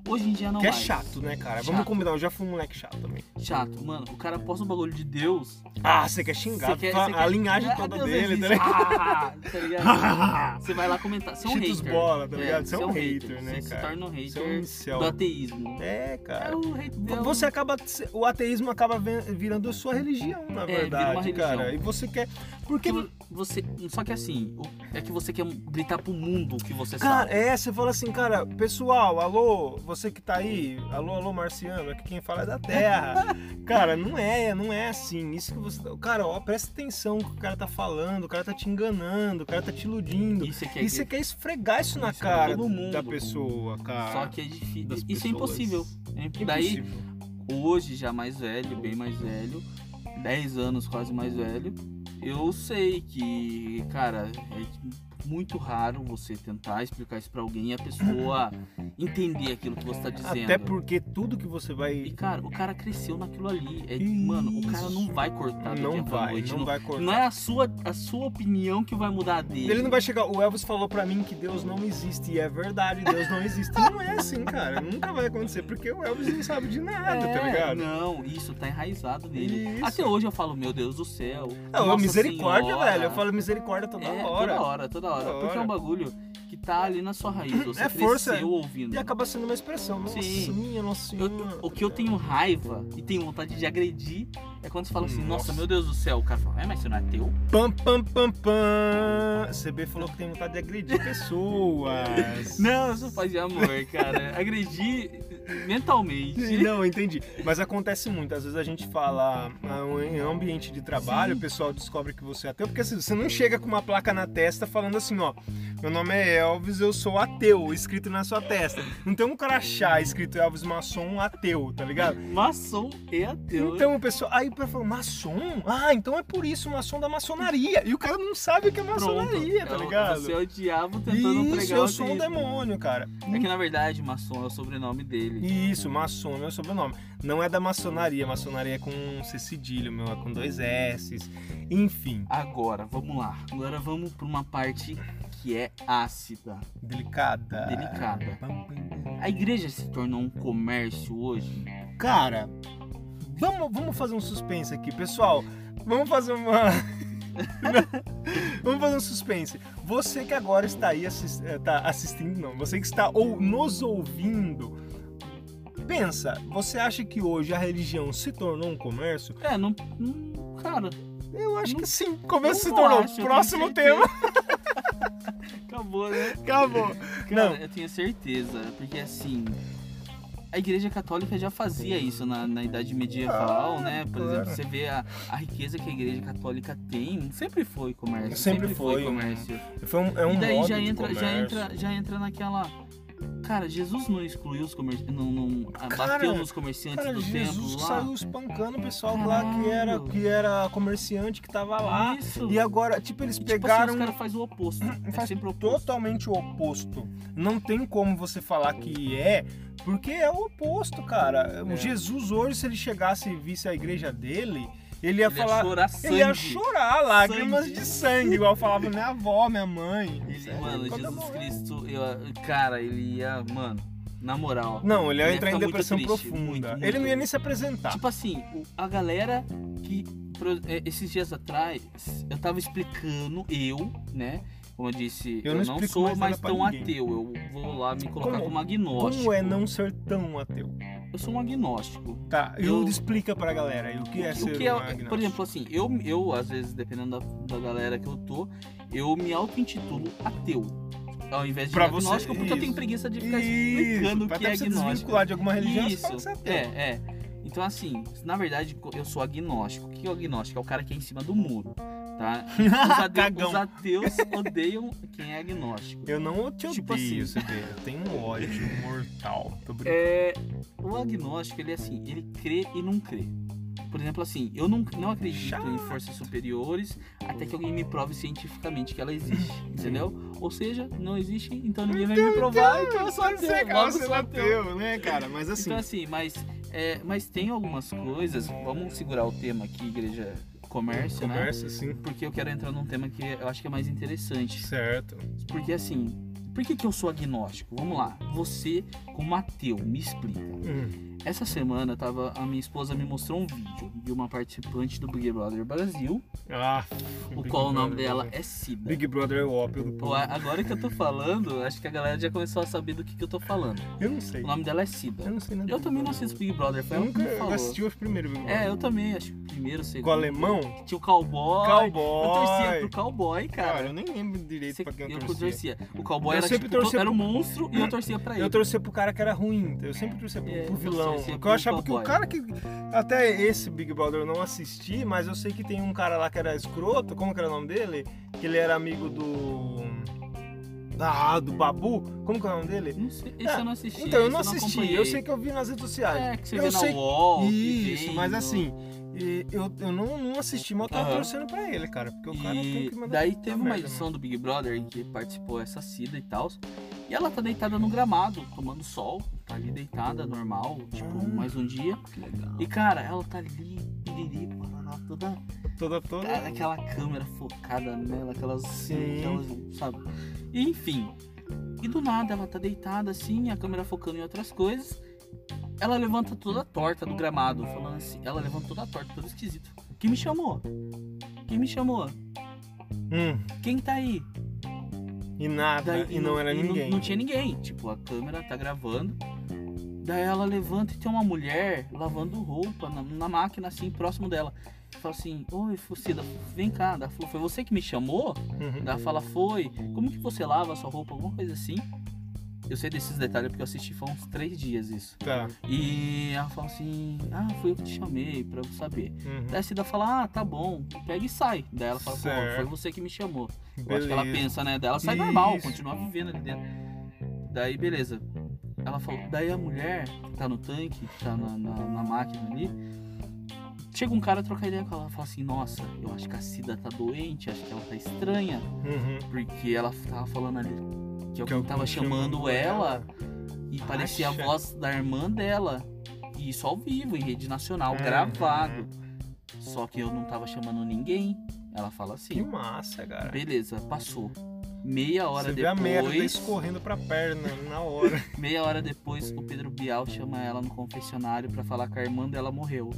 Hoje em dia não Que é mais. chato, né, cara? Vamos Chato. combinar, eu já fui um moleque chato também. Chato, mano. O cara posta um bagulho de Deus. Ah, você quer xingar você quer- fala você a quer- linhagem Ah, toda Deus dele, tá existe. ligado? Ah, tá ligado? Você vai lá comentar. Você é um Cheetos hater. bola, tá ligado? Você é um hater, né, Você se cara? torna um Você é um hater incel. do ateísmo. É, É cara. um hater. é um- Você acaba. O ateísmo acaba ven- virando sua religião, na É, vira uma verdade, religião. cara. E você quer. Porque. que você Só que assim, o- é que você quer gritar pro mundo o que você Cara, sabe. é, você fala assim, cara, pessoal, alô, você que tá aí, alô, alô, marciano, aqui quem fala é da Terra. cara, não é, não é assim. Isso que você. Cara, ó, presta atenção no que o cara tá falando, o cara tá te enganando, o cara tá te iludindo. Isso aqui é E você quer esfregar isso na Isso pra cara todo mundo. da pessoa, cara. Só que é difícil. das Isso pessoas. é impossível. É imp- Daí, hoje, já mais velho, bem mais velho, 10 anos quase mais velho, eu sei que, cara, é muito raro você tentar explicar isso pra alguém e a pessoa entender aquilo que você tá dizendo. Até porque tudo que você E, vai. cara, o cara cresceu naquilo ali. É, mano, o cara não vai cortar do Não dia pra vai, tá noite. não vai cortar. não é a sua, a sua opinião que vai mudar a dele. Ele não vai chegar. O Elvis falou pra mim que Deus não existe. E é verdade, Deus não existe. não é assim, cara. Nunca vai acontecer, porque o Elvis não sabe de nada, É, tá ligado? Não, isso tá enraizado nele. Isso. Até hoje eu falo, meu Deus do céu. Não, Nossa misericórdia, Senhora. velho. Eu falo misericórdia toda é, hora. Toda hora, toda hora. Toda Porque é um hora. bagulho que tá ali na sua raiz. Você É cresceu força. ouvindo. E acaba sendo uma expressão. Nossa, Sim. minha, nossa Eu- senhora. o que eu tenho raiva e tenho vontade de agredir é quando você fala assim, nossa, Nossa. meu Deus do céu, o cara fala, é, mas você não é teu? Pam, pam, pam, pam. CB falou que tem vontade de agredir pessoas. Não, eu sou paz de amor, cara. Agredir mentalmente. Não, entendi. Mas acontece muito. Às vezes a gente fala ah, em ambiente de trabalho, Sim. o pessoal descobre que você é ateu, porque assim, você não chega com uma placa na testa falando assim, ó, meu nome é Elvis, eu sou ateu, escrito na sua testa. Não tem um cara achar escrito Elvis Maçom ateu, tá ligado? Maçom é ateu. Então o pessoal. Aí o pessoal fala, maçom? Ah, então é por isso, maçom da maçonaria. E o cara não sabe o que é Pronto. maçonaria, É tá o- ligado? Você é o diabo tentando Isso, pregar eu o sou um ateísmo. demônio, cara. É que na verdade, maçom é o sobrenome dele. Isso, maçom é o sobrenome. Não é da maçonaria, maçonaria é com C cedilho, meu, é com dois S's. Enfim, Agora, vamos lá. Agora vamos pra uma parte que é ácida, delicada. delicada. A igreja se tornou um comércio hoje? Cara, vamos, vamos fazer um suspense aqui, pessoal. Vamos fazer uma. vamos fazer um suspense. Você que agora está aí assis- eh, tá assistindo, não, você que está ou nos ouvindo. Pensa, você acha que hoje a religião se tornou um comércio? É, não. não- Cara, Eu acho Não- que sim. Começo se não tornou. acho, eu tenho Próximo tema. certeza. acabou, né? Acabou. Cara, Não. eu tenho certeza, porque assim. A igreja católica já fazia isso na, na idade medieval, Ah, né? Por claro. exemplo, você vê a, a riqueza que a igreja católica tem. Sempre foi comércio. Sempre foi, comércio. Foi um, é um e daí modo já de entra, já comércio. entra, já entra naquela. Cara, Jesus não excluiu os comerciantes. Não, não ah, Cara, bateu nos comerciantes Cara, do Jesus templo que lá. saiu espancando o pessoal lá que era, Caralho. que era comerciante que tava lá. Isso. E agora, tipo, eles E, tipo pegaram Hum, assim, os caras fazem o oposto. É Faz sempre o oposto. totalmente o oposto. Não tem como você falar que é, porque é o oposto, cara. É. O Jesus hoje, se ele chegasse e visse a igreja dele, ele ia Ele ia falar. chorar sangue. Ele ia chorar, lágrimas Sangue. de sangue, igual falava minha avó, minha mãe. Ele, Sério, mano, quando eu Jesus morrer. Cristo, eu- cara, ele ia, mano, na moral. Não, ele ia Ele ia entrar em ficar muito depressão triste, profunda. muito, muito. Ele não ia nem se apresentar. Tipo assim, o- a galera que pro- é, esses dias atrás eu tava explicando eu, né? Como eu disse, Eu eu, não não explico sou mais mais, nada pra tão ninguém. ateu, eu vou lá me colocar Como- como, agnóstico. Como é não ser tão ateu? Eu sou um agnóstico. Tá, e Eu- eu... explica pra galera aí o que é o ser que é, um agnóstico. por exemplo, assim, eu, eu às vezes, dependendo da, da galera que eu tô, eu me auto-intitulo ateu. Ao invés de Pra você, agnóstico, porque eu isso. tenho preguiça de ficar explicando Isso, o pra que até é você agnóstico. desvincular de alguma religião, você Isso, fala que você é ateu. é, é. Então, assim, na verdade, co- eu sou agnóstico. O que é o agnóstico? É o cara que é em cima do muro, tá? Os, ade- Cagão. os ateus odeiam quem é agnóstico. Eu não te odeio, Tipo assim. você vê. Eu tenho um ódio mortal. Tô brincando. É, o agnóstico, ele é assim, ele crê e não crê. Por exemplo, assim, eu não, não acredito em Chato. forças superiores até que alguém me prove cientificamente que ela existe, entendeu? Ou seja, não existe, então ninguém vai me provar, então eu sou Pode ser, ateu, cara, logo você sou é ateu. ateu, né, cara? Mas assim, Então assim, mas, é, mas tem algumas coisas, vamos segurar o tema aqui, igreja comércio, né? conversa assim, Porque eu quero entrar num tema que eu acho que é mais interessante. certo. Porque assim, por que, que eu sou agnóstico? Vamos lá, você como ateu, me explica. Hum, Essa semana eu tava, a minha esposa me mostrou um vídeo de uma participante do Big Brother Brasil, Ah, o Big qual o nome Brother. né? dela é Cida. Big Brother é o ópio do Pô, povo. a- Agora que eu tô falando, acho que a galera já começou a saber do que, que eu tô falando. Eu não sei. O nome dela é Eu Cida. não sei nada. Eu do também não Big assisto Big Brother, foi Brother. Eu ela que me nunca eu falou. assisti os primeiros Big Brother. É, eu também, acho que primeiro, segundo. Com o alemão? Tinha o cowboy. Eu Cowboy. torcia pro cowboy, Cara, cara. eu nem lembro direito Você- pra quem eu eu torcia. torcia. O cowboy Eu era, sempre tipo, torcia era um pro- monstro e eu torcia pra ele. né? Eu torcia pro cara que era ruim. Eu sempre torcia pro, É, pro eu vilão. torcia Porque eu pro achava que o cowboy. né? cara que. Até esse Big Brother eu não assisti, mas eu sei que tem um cara lá que era escroto, como que era o nome dele? Que ele era amigo do. Ah, do Babu? Como que é o nome dele? Não sei, esse É, eu não assisti. então, eu esse não assisti. acompanhei. Eu sei que eu vi nas redes sociais. É, que você eu vê sei- na UOL. que Isso, vem mas no- assim, e- eu, eu não, não assisti, mas eu tava Aham. torcendo pra ele, cara. Porque o cara é tem E que mandar. daí teve uma merda, edição do Big Brother em que participou essa Cida e tal. E ela tá deitada no gramado, tomando sol. Tá ali deitada, normal, tipo, Ah. mais um dia. E cara, ela tá ali, piriri, parará, toda Toda, toda. Cara, aquela câmera focada nela, aquelas, Sim. aquelas, sabe? E, enfim. E do nada ela tá deitada assim, a câmera focando em outras coisas. Ela levanta toda torta do gramado, falando assim, ela levanta toda torta, todo esquisito. Quem me chamou? Quem me chamou? Hum. Quem tá aí? E nada, Daí- Ah, e não era e ninguém. Não, tinha ninguém. Tipo, a câmera tá gravando. Daí ela levanta e tem uma mulher lavando roupa na, na máquina, assim, próximo dela. Fala assim, oi, Fucida, vem cá. Ela falou, foi você que me chamou? Uhum. Ela fala, foi. Como que você lava a sua roupa? Alguma coisa assim. Eu sei desses detalhes porque eu assisti faz uns três dias isso. Tá. E ela fala assim, ah, fui eu que te chamei pra eu saber. Uhum. Daí a Cida fala, ah, tá bom. Pega e sai. Daí ela fala, pô, Certo. foi você que me chamou. Eu acho Beleza. que ela pensa, né? Daí ela sai normal, Isso. continua vivendo ali dentro. Daí, beleza. Ela falou, daí a mulher que tá no tanque, que tá na, na- na máquina ali, chega um cara trocar ideia com ela. Ela fala assim, nossa, eu acho que a Cida tá doente, acho que ela tá estranha. Uhum. Porque ela tava falando ali que Que alguém alguém tava chamando chamou ela ela. e parecia a Acha? voz da irmã dela. E isso ao vivo, em rede nacional, Uhum. gravado. Só que eu não tava chamando ninguém. Ela fala Que assim. massa, cara. Beleza, passou. Meia hora É. Você vê a merda depois. escorrendo pra perna na hora. Meia hora depois, o Pedro Bial chama ela no confessionário pra falar que a irmã dela morreu.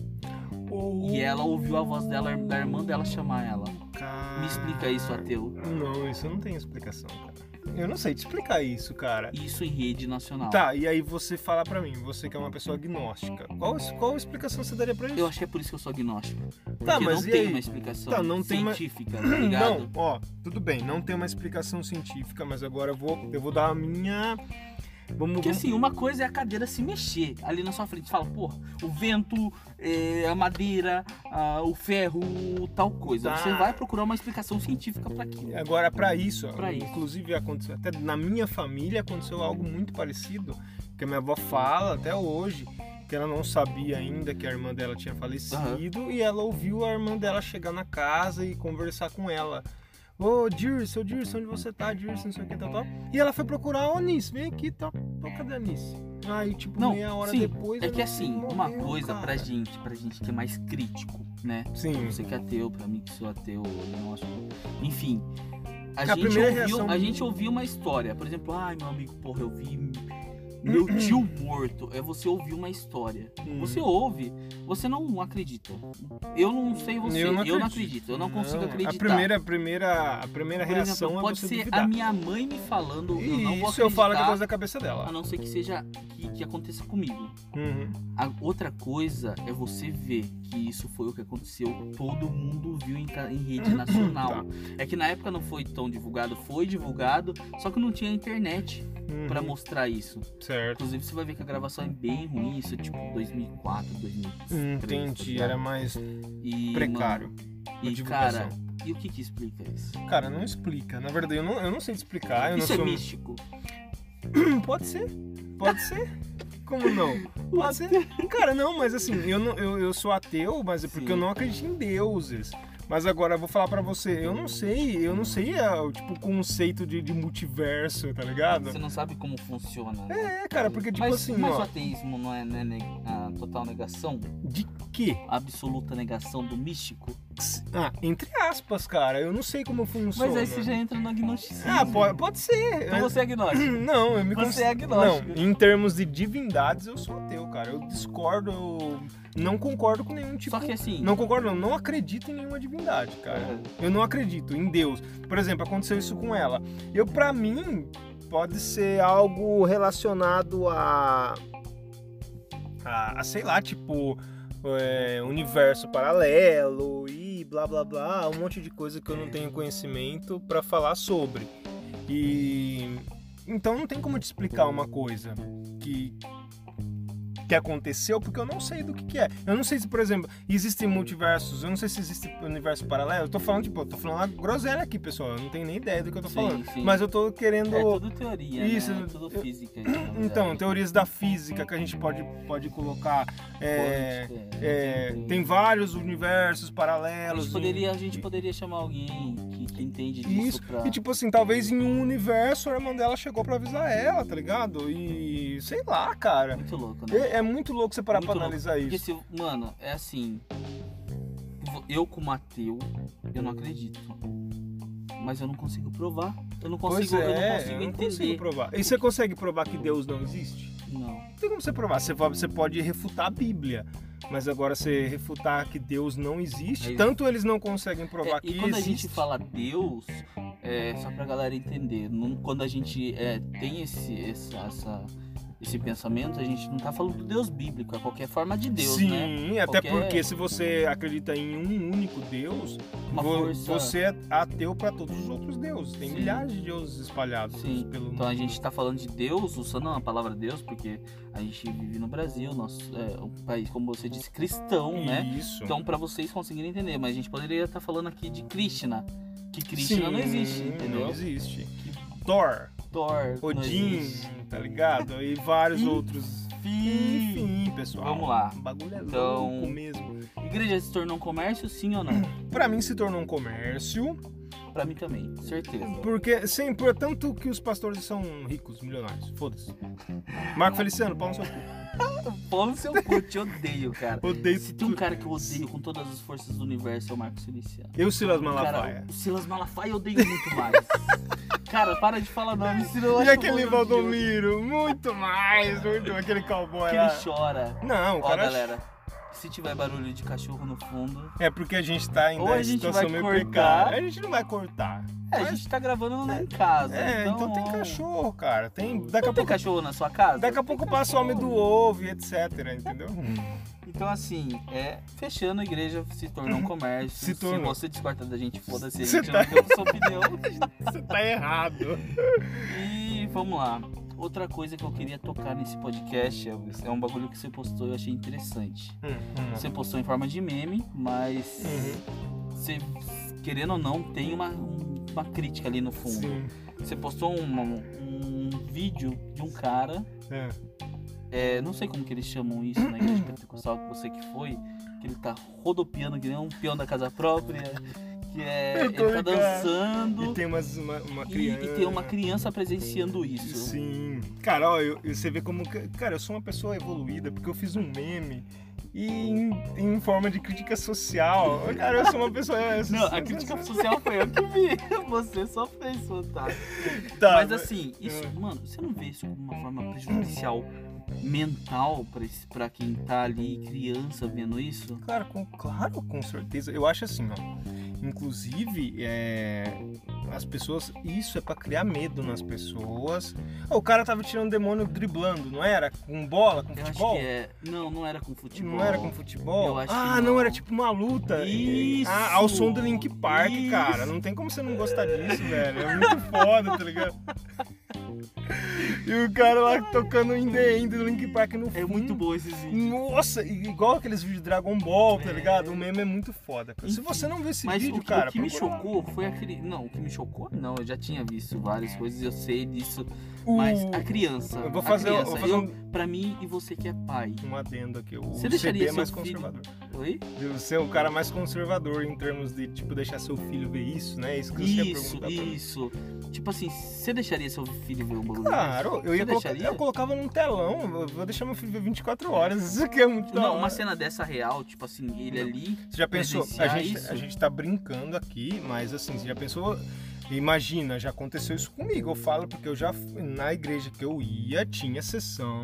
E é, ela ouviu a voz dela, da irmã dela chamar ela. Cara... Me explica isso, ateu. Não, isso não tem explicação, cara. Eu não sei te explicar isso, cara. Isso em rede nacional. Tá, e aí você fala pra mim, você que é uma pessoa agnóstica, qual, qual explicação você daria pra isso? Eu acho que é por isso que eu sou agnóstico. Porque Tá, mas não e tem aí? uma explicação Tá, não tem uma- científica, tá ligado? Não, ó, tudo bem, não tem uma explicação científica, mas agora eu vou, eu vou dar a minha. Vamos. Porque assim, uma coisa é a cadeira se mexer ali na sua frente. Você Fala, porra, o vento, eh, a madeira, ah, o ferro, tal coisa. Tá. Você vai procurar uma explicação científica pra aquilo. Agora, pra isso, ó, Pra isso. inclusive aconteceu, até na minha família aconteceu algo muito parecido, que a minha avó fala até hoje, que ela não sabia ainda que a irmã dela tinha falecido, e ela ouviu a irmã dela chegar na casa e conversar com ela. Ô, Dirce, ô Dirce, onde você tá, Dirce, não sei o que, tal, tal. E ela foi procurar, ô, Anice, vem aqui, tal. Pô, cadê a Anice? Aí, tipo, Não, meia hora sim, depois... É a que Anice assim, uma morreu, coisa pra cara. gente, pra gente que é mais crítico, né? Sim, Você que é ateu, pra mim que sou ateu, eu não acho. Enfim. A, A gente primeira ouviu, reação- a gente ouviu uma história. Por exemplo, ai meu amigo, porra, eu vi meu Uhum. tio morto. É você ouvir uma história. Hum. Você ouve, você não acredita. Eu não sei você, eu não acredito, eu não, consigo acreditar. A primeira, a primeira, a primeira Por reação exemplo, é pode você ser duvidar. a minha mãe me falando, eu não E vou isso eu falo que é acreditar, coisa da cabeça a dela. não ser que seja que, que aconteça comigo. Uhum. A outra coisa é você ver que isso foi o que aconteceu, todo mundo viu em, ca- em Uhum. rede nacional. Tá. É que na época não foi tão divulgado, foi divulgado, só que não tinha internet Uhum. pra mostrar isso. Certo. Inclusive você vai ver que a gravação é bem ruim, isso é tipo 2004, 2003. Entendi, tá era ligado? mais E, precário. mano, a e divulgação. cara, e o que que explica isso? Cara, não explica. Na verdade, eu não, eu não sei te explicar. Eu isso é não sou... um místico. Pode ser. Pode ser. Como não? Pode ser. Cara, não, mas assim, eu, não, eu, eu sou ateu, mas é porque Sim. eu não acredito em deuses. Mas agora eu vou falar pra você, eu não sei, eu não sei é, o tipo conceito de, de multiverso, tá ligado? Você não sabe como funciona. né? É, cara, porque tipo mas, assim, mas o ó, ateísmo não é, né, ne- a total negação, de que? a absoluta negação do místico? Ah, entre aspas, cara, eu não sei como funciona. Mas aí você já entra no agnosticismo. né? Ah, pode, pode ser. Então você é agnóstico. Não, eu me Você considero- é agnóstico. Não, em termos de divindades, eu sou ateu, cara. Eu discordo, eu não concordo com nenhum tipo. Só que assim. Não concordo, não. Não acredito em nenhuma divindade, cara. é, Eu não acredito em Deus. Por exemplo, aconteceu isso com ela. Eu, pra mim, pode ser algo relacionado a. a, a, sei lá, tipo. é, universo paralelo e blá blá blá, um monte de coisa que eu não tenho conhecimento pra falar sobre. E então não tem como eu te explicar uma coisa que que aconteceu porque eu não sei do que, que é. Eu não sei se, por exemplo, existem multiversos, eu não sei se existe universo paralelo. Eu tô falando, tipo, eu tô falando uma groselha aqui, pessoal. Eu não tenho nem ideia do que eu tô Sim, falando. sim. Mas eu tô querendo. é tudo é. teoria. Isso, Né? É tudo eu- física. né? na verdade. Então, teorias da física que a gente pode, pode colocar. é, Quântica, é, sempre. tem vários universos a paralelos. gente, poderia, a gente poderia chamar alguém que, que entende disso Isso. pra. E tipo assim, talvez em um universo a irmã dela chegou pra avisar ela, tá ligado? E sei lá, cara. Muito louco, né? É, é muito louco você parar Muito pra louco. analisar Porque isso. se, mano, é assim. vo- Eu como ateu, eu não acredito. Mas eu não consigo provar. Eu não consigo, pois é, eu não consigo eu não consigo entender. provar. E você consegue provar que Deus não existe? Não. Não tem como você provar. Você pode, você pode refutar a Bíblia. mas agora você refutar que Deus não existe, Aí- tanto eles não conseguem provar É, que e quando a existe. gente fala Deus, é, só pra galera entender, não- quando a gente é, tem esse, essa- essa- esse pensamento, a gente não tá falando do Deus bíblico, é qualquer forma de Deus, Sim, né? até Qualquer- porque se você acredita em um único Deus, Uma vo- força. você é ateu para todos os outros deuses. Tem Sim. milhares de deuses espalhados Sim. pelo mundo. Então a gente tá falando de Deus, usando a palavra Deus, porque a gente vive no Brasil, nosso, é um país, como você disse, cristão, né? Isso. Então, pra vocês conseguirem entender, mas a gente poderia estar falando aqui de Krishna, que Krishna Sim, não existe, Não entendeu? existe. Thor, Thor, não Odin, existe. tá ligado? E vários outros. Enfim, pessoal. Vamos lá. O bagulho é Então- louco mesmo. Igreja se tornou um comércio, sim ou não? Pra mim se tornou um comércio, Pra mim também, certeza. porque, sim, por tanto que os pastores são ricos, milionários. Foda-se. Marco Feliciano, pau no seu cu. Pô no seu cu, te odeio, cara. Odeio Se tem um tudo. cara que eu odeio com todas as forças do universo é o Marcos Feliciano. Eu, Silas Malafaia. Cara, o Silas Malafaia eu odeio muito mais. cara, para de falar nome, senão eu acho E que eu aquele vou odiar. Valdomiro, muito mais, muito aquele cowboy um Que lá. ele chora. Não, o Ó, cara. galera, se tiver barulho de cachorro no fundo... É porque a gente tá ainda Ou a em gente situação vai meio cortar. precária. A gente não vai cortar. É, Mas- a gente tá gravando lá em casa, É, então, tem cachorro, cara. Tem. Daqui Não a Então tem pouco. cachorro na sua casa? Daqui a pouco passa o homem do ovo e etc, entendeu? Então, assim, é, fechando a igreja se tornou um comércio. Se tornou. você discorda da gente, foda-se, a Você tá- gente não deu sua opinião. Você tá errado. E vamos lá. Outra coisa que eu queria tocar nesse podcast Elvis, é um bagulho que você postou e eu achei interessante. Hum, Você postou em forma de meme, mas Uhum. você, querendo ou não, tem uma, um- uma crítica ali no fundo. Sim. Você postou um, um vídeo de um cara, É. é, não sei como que é eles chamam isso na igreja pentecostal que você que foi, que ele tá rodopiando que nem um peão da casa própria, que é, Eu ele tô tá ligado. dançando E tem umas, uma, uma e- criança. e tem uma criança presenciando isso. Sim. Cara, ó, eu- você vê como. que- Cara, eu sou uma pessoa evoluída porque eu fiz um meme e em, em forma de crítica social. Cara, eu sou uma pessoa. Não, a crítica social foi eu que vi. Você só fez fantástico. tá, mas assim, isso, é. mano, você não vê isso como uma forma prejudicial mental pra, esse- pra quem tá ali, criança, vendo isso? Claro, com, claro, com certeza. Eu acho assim, ó. Inclusive, é, as pessoas. Isso é pra criar medo nas pessoas. Ó, o cara tava tirando demônio driblando, não era? Com bola, com Eu futebol? acho que é. Não, não era com futebol. Não era com futebol? Tipo, Eu acho que ah, não. era tipo uma luta. Isso! Ah, ao som do Link Park, Isso! cara. Não tem como você não gostar disso, velho. É muito foda, tá ligado? E o cara lá tocando em The End do Link Park no fundo. É muito bom esse vídeo. Nossa, i- igual aqueles vídeos de Dragon Ball, tá É. ligado? O meme é muito foda. cara. Se Enfim, você não viu esse Mas vídeo, o, que- cara. o que me procura um lá. chocou foi aquele. Não, o que me chocou, não, eu já tinha visto várias coisas, eu sei disso. Mas O- a criança. Eu vou a fazer, eu criança, vou fazer eu- um, Pra mim e você que é pai. um adendo aqui. O Você CB deixaria é mais seu filho- conservador. Oi? Você é o cara mais conservador em termos de, tipo, deixar seu filho ver isso, né? Isso que você ia Isso, perguntar pra mim. isso. Tipo assim, você deixaria seu filho ver um bagulho Claro, eu Você ia colocar, deixaria? eu colocava num telão, eu vou deixar meu filho ver 24 horas, isso aqui é muito desse? da Tipo, Não, hora. uma cena dessa real, tipo assim, ele ali. Você já pensou? A presenciar gente, isso? a gente tá brincando aqui, mas assim, você já pensou? Imagina, já aconteceu isso comigo. Eu falo porque eu já fui- na igreja que eu ia tinha sessão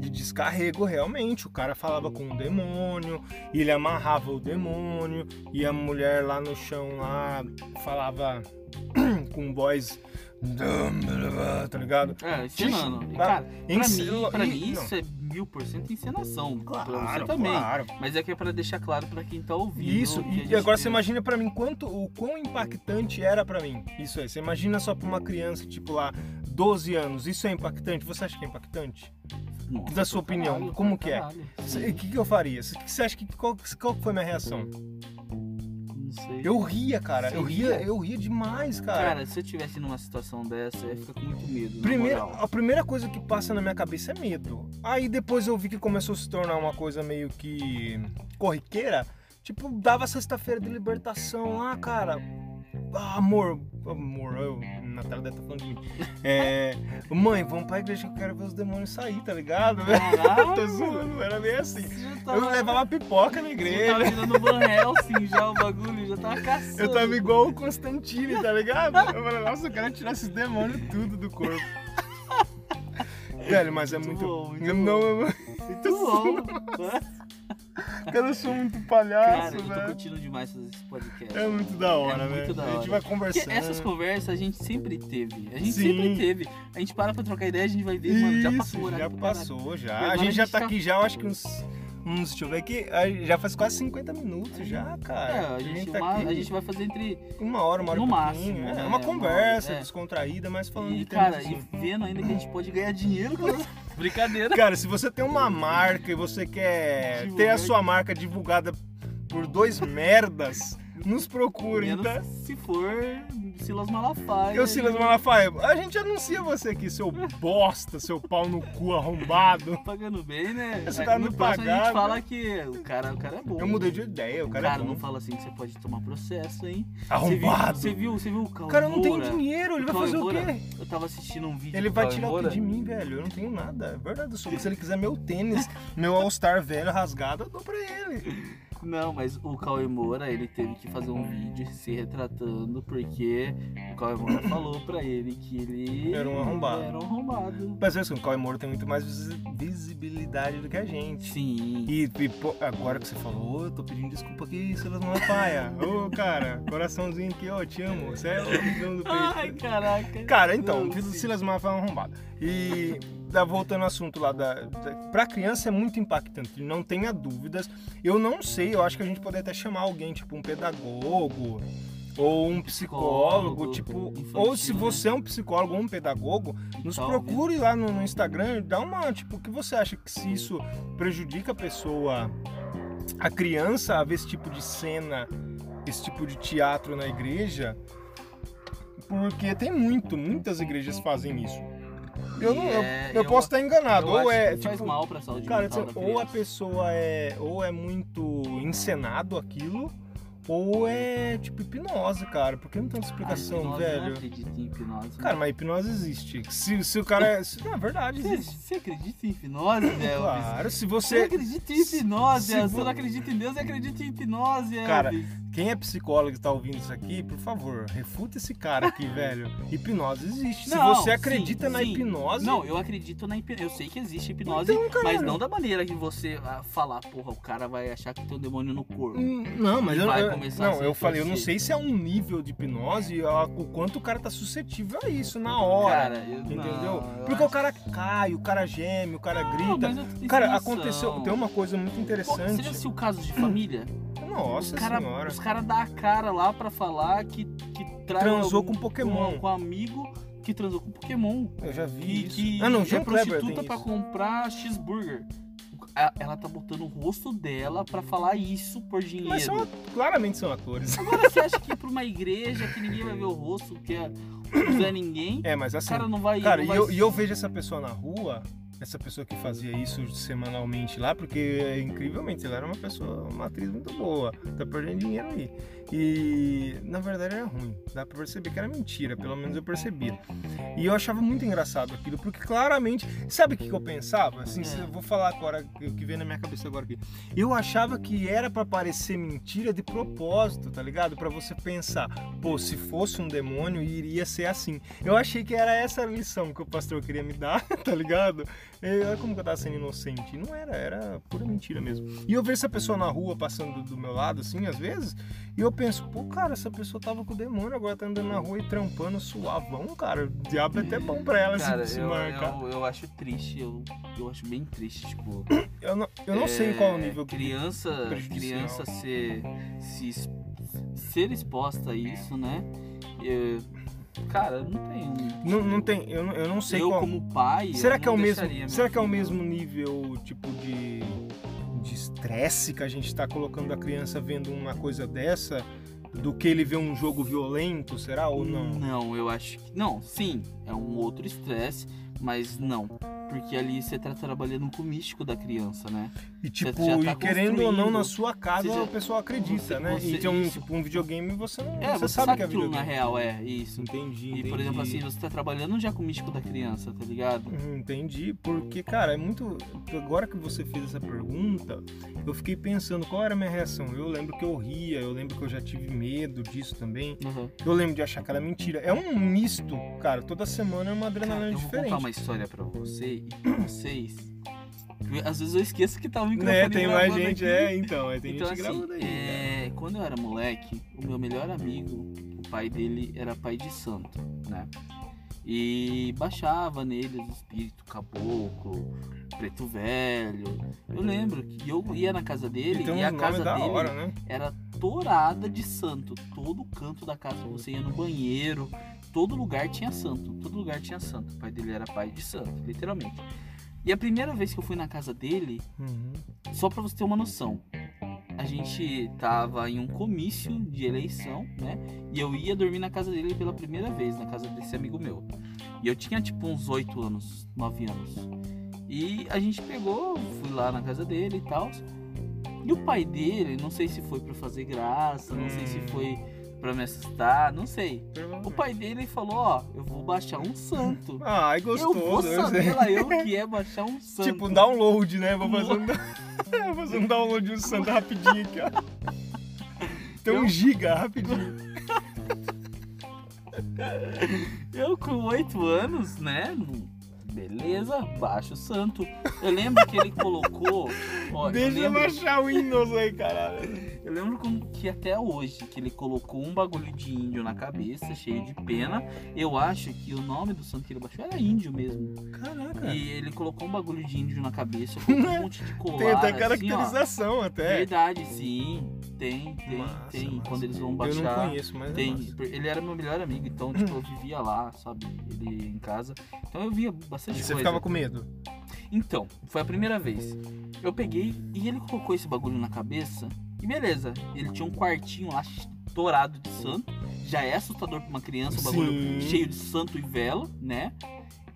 de descarrego realmente. O cara falava com o demônio, ele amarrava o demônio e a mulher lá no chão lá falava com voz tá ligado? É, encenando. Gente, Cara, pra Ensinou- mim, pra e- mim não, isso é mil por cento encenação. pra claro, você também. claro. Mas é que é pra deixar claro pra quem tá ouvindo. Isso, que a e gente agora tem- um você imagina pra mim quanto, o quão impactante era pra mim. Isso aí, você imagina só pra uma criança, tipo lá, 12 anos, isso é impactante? Você acha que é impactante? Nossa, da sua pra opinião, caralho, como pra que é? caralho. Cê- O que, que eu faria? Cê- que Você acha que qual, qual que foi minha reação? Não sei. Eu ria, cara. Você Eu ria, ria? eu ria demais, cara. Cara, se eu tivesse numa situação dessa, eu ia ficar com muito medo. na Primeiro, moral. a primeira coisa que passa na minha cabeça é medo. Aí depois eu vi que começou a se tornar uma coisa meio que corriqueira. Tipo, dava sexta-feira de libertação lá, cara. Ah, amor, amor, eu, Natália deve tá falando de mim. É, mãe, vamos pra igreja que eu quero ver os demônios sair, tá ligado? Caralho, Tô zoando, era meio assim. Você já Eu tava- levava pipoca na Você igreja. tava virando Van Helsing já o bagulho, já tá tava caçando. Eu tava igual o Constantine, tá ligado? Eu falei, nossa, eu quero tirar esses demônios tudo do corpo. Velho, mas é muito. é bom, muito não, não, não. Muito bom. Cara, eu sou muito palhaço, Cara, eu tô velho. curtindo demais fazer esse podcast. É muito da hora, É muito velho. da A gente hora. vai Porque conversando. essas conversas a gente sempre teve. A gente Sim. sempre teve. A gente para pra trocar ideia, a gente vai ver, mano, já passou né? Tá Isso, já é o horário. do caralho. passou, já. agora A gente a já gente tá tá- aqui já, eu acho que uns. uns deixa eu ver aqui. a- Já faz quase 50 minutos já, É, cara. a gente, tá uma- aqui a gente vai fazer entre. uma hora, uma hora no e pouquinho. máximo, é, né? uma Uma conversa hora, é. descontraída, mas falando E, de cara, temas e assim. vendo ainda que a gente pode ganhar dinheiro com isso. Brincadeira. Cara, se você tem uma marca e você quer ter a Divulgar. sua marca divulgada por dois merdas, nos procurem, Menos tá? se for Silas Malafaia. Eu, Silas Malafaia, a gente anuncia você aqui, seu bosta, seu pau no cu arrombado. Pagando bem, né? Esse Aí cara no não próximo a pagava. gente fala que o cara, o cara é bom. né? Eu mudei de ideia, o O cara, cara é bom. não fala assim que você pode tomar processo, hein? Você viu, arrombado. você viu, você viu o Cauê O cara não tem Moura? dinheiro, ele vai Cauê fazer o Moura? quê? Eu tava assistindo um vídeo Ele do vai Cauê tirar o Moura. que de mim, velho? Eu não tenho nada. É verdade, eu sou. Se ele quiser meu tênis, meu All-Star velho rasgado, eu dou pra ele. Não, mas o Cauê Moura, ele teve que fazer um vídeo se retratando, porque o Cauê Moura falou pra ele que ele... Era um arrombado. Era um arrombado. Mas é isso, o Cauê Moura tem muito mais visi- visibilidade do que a gente. Sim. E, e, pô, agora que você falou, eu tô pedindo desculpa aqui, Silas Malafaia. Ô, cara, coraçãozinho aqui, ó, te amo. Você é o dono do peito. Ai, caraca. Cara, então, Não, o Vila do sim. Silas Maia foi uma arrombada. E da- voltando ao assunto lá da, da. Pra criança é muito impactante, não tenha dúvidas. Eu não sei, eu acho que a gente poderia até chamar alguém, tipo um pedagogo ou um psicólogo, Psicólogo, tipo. infantil, Ou se né? você é um psicólogo ou um pedagogo, nos Talvez. procure lá no, no Instagram e dá uma, tipo, o que você acha que se isso prejudica a pessoa, a criança a ver esse tipo de cena, esse tipo de teatro na igreja? Porque tem muito, muitas igrejas fazem isso. Eu não, eu, É, eu posso estar enganado, eu ou acho é que faz tipo, mal pra saúde cara, mental tipo, da ou a criança. pessoa é, ou é muito encenado aquilo, ou é tipo hipnose, cara. Porque não tem outra Cara, explicação, Ah, hipnose, é Eu velho. não acredito em hipnose. Cara, mas hipnose existe. Se, se o cara. é- Se, não, é verdade, Você, existe. você acredita em hipnose, Elvis? Claro, se Você não você. acredita em hipnose, se Elvis. vo- Você não acredita em Deus e acredita em hipnose, Elvis. Cara, Quem é psicólogo e tá ouvindo isso aqui, por favor, refuta esse cara aqui, velho. Hipnose existe. Se Não, você sim, acredita na sim. hipnose. Não, eu acredito na hipnose. Eu sei que existe hipnose, assim- Então, cara. mas não da maneira que você ah, falar, porra, o cara vai achar que tem um demônio no corpo. Hum, Não, mas E eu, vai eu- começar a não, se eu falei, eu não torcer. sei se é um nível de hipnose, a- o quanto o cara tá suscetível a isso na hora, Cara, eu entendeu? não, eu Porque o cara cai, o cara geme, o cara Não, grita. mas eu tenho Cara, noção. aconteceu, tem uma coisa muito Pô, Você já interessante. assistiu casos de família? Nossa cara, senhora. os caras dão a cara lá pra falar que, que trai Transou algum- com Pokémon. Com, com amigo que transou com Pokémon. Eu já E vi isso. que ah, não, é João Kleber tem prostituta pra isso. comprar cheeseburger. A- Ela tá botando o rosto dela pra falar isso por dinheiro. Mas é são, claramente são atores. Agora você acha que ir pra uma igreja que ninguém vai ver o rosto, que é não é ninguém, É, mas o assim, cara não vai. Cara, não e vai- eu, e eu vejo essa pessoa na rua, essa pessoa que fazia isso semanalmente lá, porque incrivelmente ela era uma pessoa, uma atriz muito boa, tá perdendo dinheiro aí. E na verdade era ruim, dá pra perceber que era mentira, pelo menos eu percebia. E eu achava muito engraçado aquilo, porque claramente, sabe o que que eu pensava? Assim, se eu vou falar agora o que vem na minha cabeça agora aqui. Eu achava que era pra parecer mentira de propósito, tá ligado? Pra você pensar, pô, se fosse um demônio, iria ser assim. Eu achei que era essa a lição que o pastor queria me dar, tá ligado? Eu, olha como que eu tava sendo inocente. Não era, era pura mentira mesmo. E eu vejo essa pessoa na rua passando do meu lado, assim, às vezes, e eu penso, pô, cara, essa pessoa tava com o demônio, agora tá andando na rua e trampando suavão, cara. O diabo é até bom pra ela se- Cara, se, eu, marcar. eu, eu acho triste, eu, eu acho bem triste, tipo. Eu, não, eu não sei qual é o nível que. Criança, prejudicial. criança ser, se, es- ser exposta a isso, né? Eu- cara, eu não tem. um- Não, não tem, eu, não- eu não sei eu, qual. como pai. Será eu que é não o mesmo? deixaria meu Será que é o filho- mesmo nível tipo de de estresse que a gente está colocando a criança vendo uma coisa dessa do que ele vê um jogo violento, será ou não? Não, eu acho que. Não, sim, é um outro estresse, mas não. Porque ali você tá trabalhando com o místico da criança, né? E tipo, já tá e querendo ou não na construindo. sua casa Você já- o pessoal acredita, você- né? você- e tem um isso. tipo um videogame você não, É, você, sabe, você sabe que é aquilo na videogame. real é isso. Entendi, E, por entendi. exemplo, assim, você tá trabalhando já com o místico da criança, tá ligado? Hum, Entendi, porque, cara, é muito. Agora que você fez essa pergunta, eu fiquei pensando qual era a minha reação. Eu lembro que eu ria, eu lembro que eu já tive medo disso também. Uhum. Eu lembro de achar que era mentira. É um misto, cara. Toda semana é uma Cara, adrenalina eu vou diferente. contar uma história pra você e pra vocês Às vezes eu esqueço que tá o microfone Né, tem mais gravando gente, aqui. é, então, aí tem então, gente assim, gravando aí. né? é, quando eu era moleque, o meu melhor amigo, o pai dele era pai de santo, né? E baixava nele os espíritos caboclo, preto velho. Eu lembro que eu ia na casa dele E tem uns e a nomes casa da dele hora, né? era torada de santo. Todo canto da casa você ia no banheiro, todo lugar tinha santo. Todo lugar tinha santo. O pai dele era pai de santo, literalmente. E a primeira vez que eu fui na casa dele, Uhum. só pra você ter uma noção, a gente tava em um comício de eleição, né? E eu ia dormir na casa dele pela primeira vez, na casa desse amigo meu. E eu tinha tipo uns 8 anos, 9 anos. E a gente pegou, fui lá na casa dele e tal. E o pai dele, não sei se foi pra fazer graça, não sei se Hum. foi pra me assustar, não sei. O Provavelmente. pai dele falou: Ó, eu vou baixar um santo. Ai, gostoso. eu vou eu sei. saber lá eu que é baixar um santo. Tipo, um download, né? Vou fazer um, down- vou fazer um download de um santo rapidinho aqui, ó. Tem um Eu- giga rapidinho. Eu com oito anos, né? Beleza, baixo o santo. Eu lembro que ele colocou. Ó, Deixa eu, eu lembro, baixar o Windows aí, caralho. eu lembro como que até hoje que ele colocou um bagulho de índio na cabeça, cheio de pena. Eu acho que o nome do santo que ele baixou era índio mesmo. Caraca. E ele colocou um bagulho de índio na cabeça, colocou um monte de colar. Tem até assim, ó. caracterização, até. Verdade, sim. Tem, tem, Massa, tem. massa. Quando eles vão Eu baixar. não conheço, mas é Tem, um massa. por- ele era meu melhor amigo, então tipo, eu vivia lá, sabe? Ele em casa. Então eu via E bastante você coisa. ficava com medo? Então, foi a primeira vez. Eu peguei e ele colocou esse bagulho na cabeça. E beleza, ele tinha um quartinho lá ch- dourado de santo. Já é assustador pra uma criança, um bagulho Sim. cheio de santo e vela, né?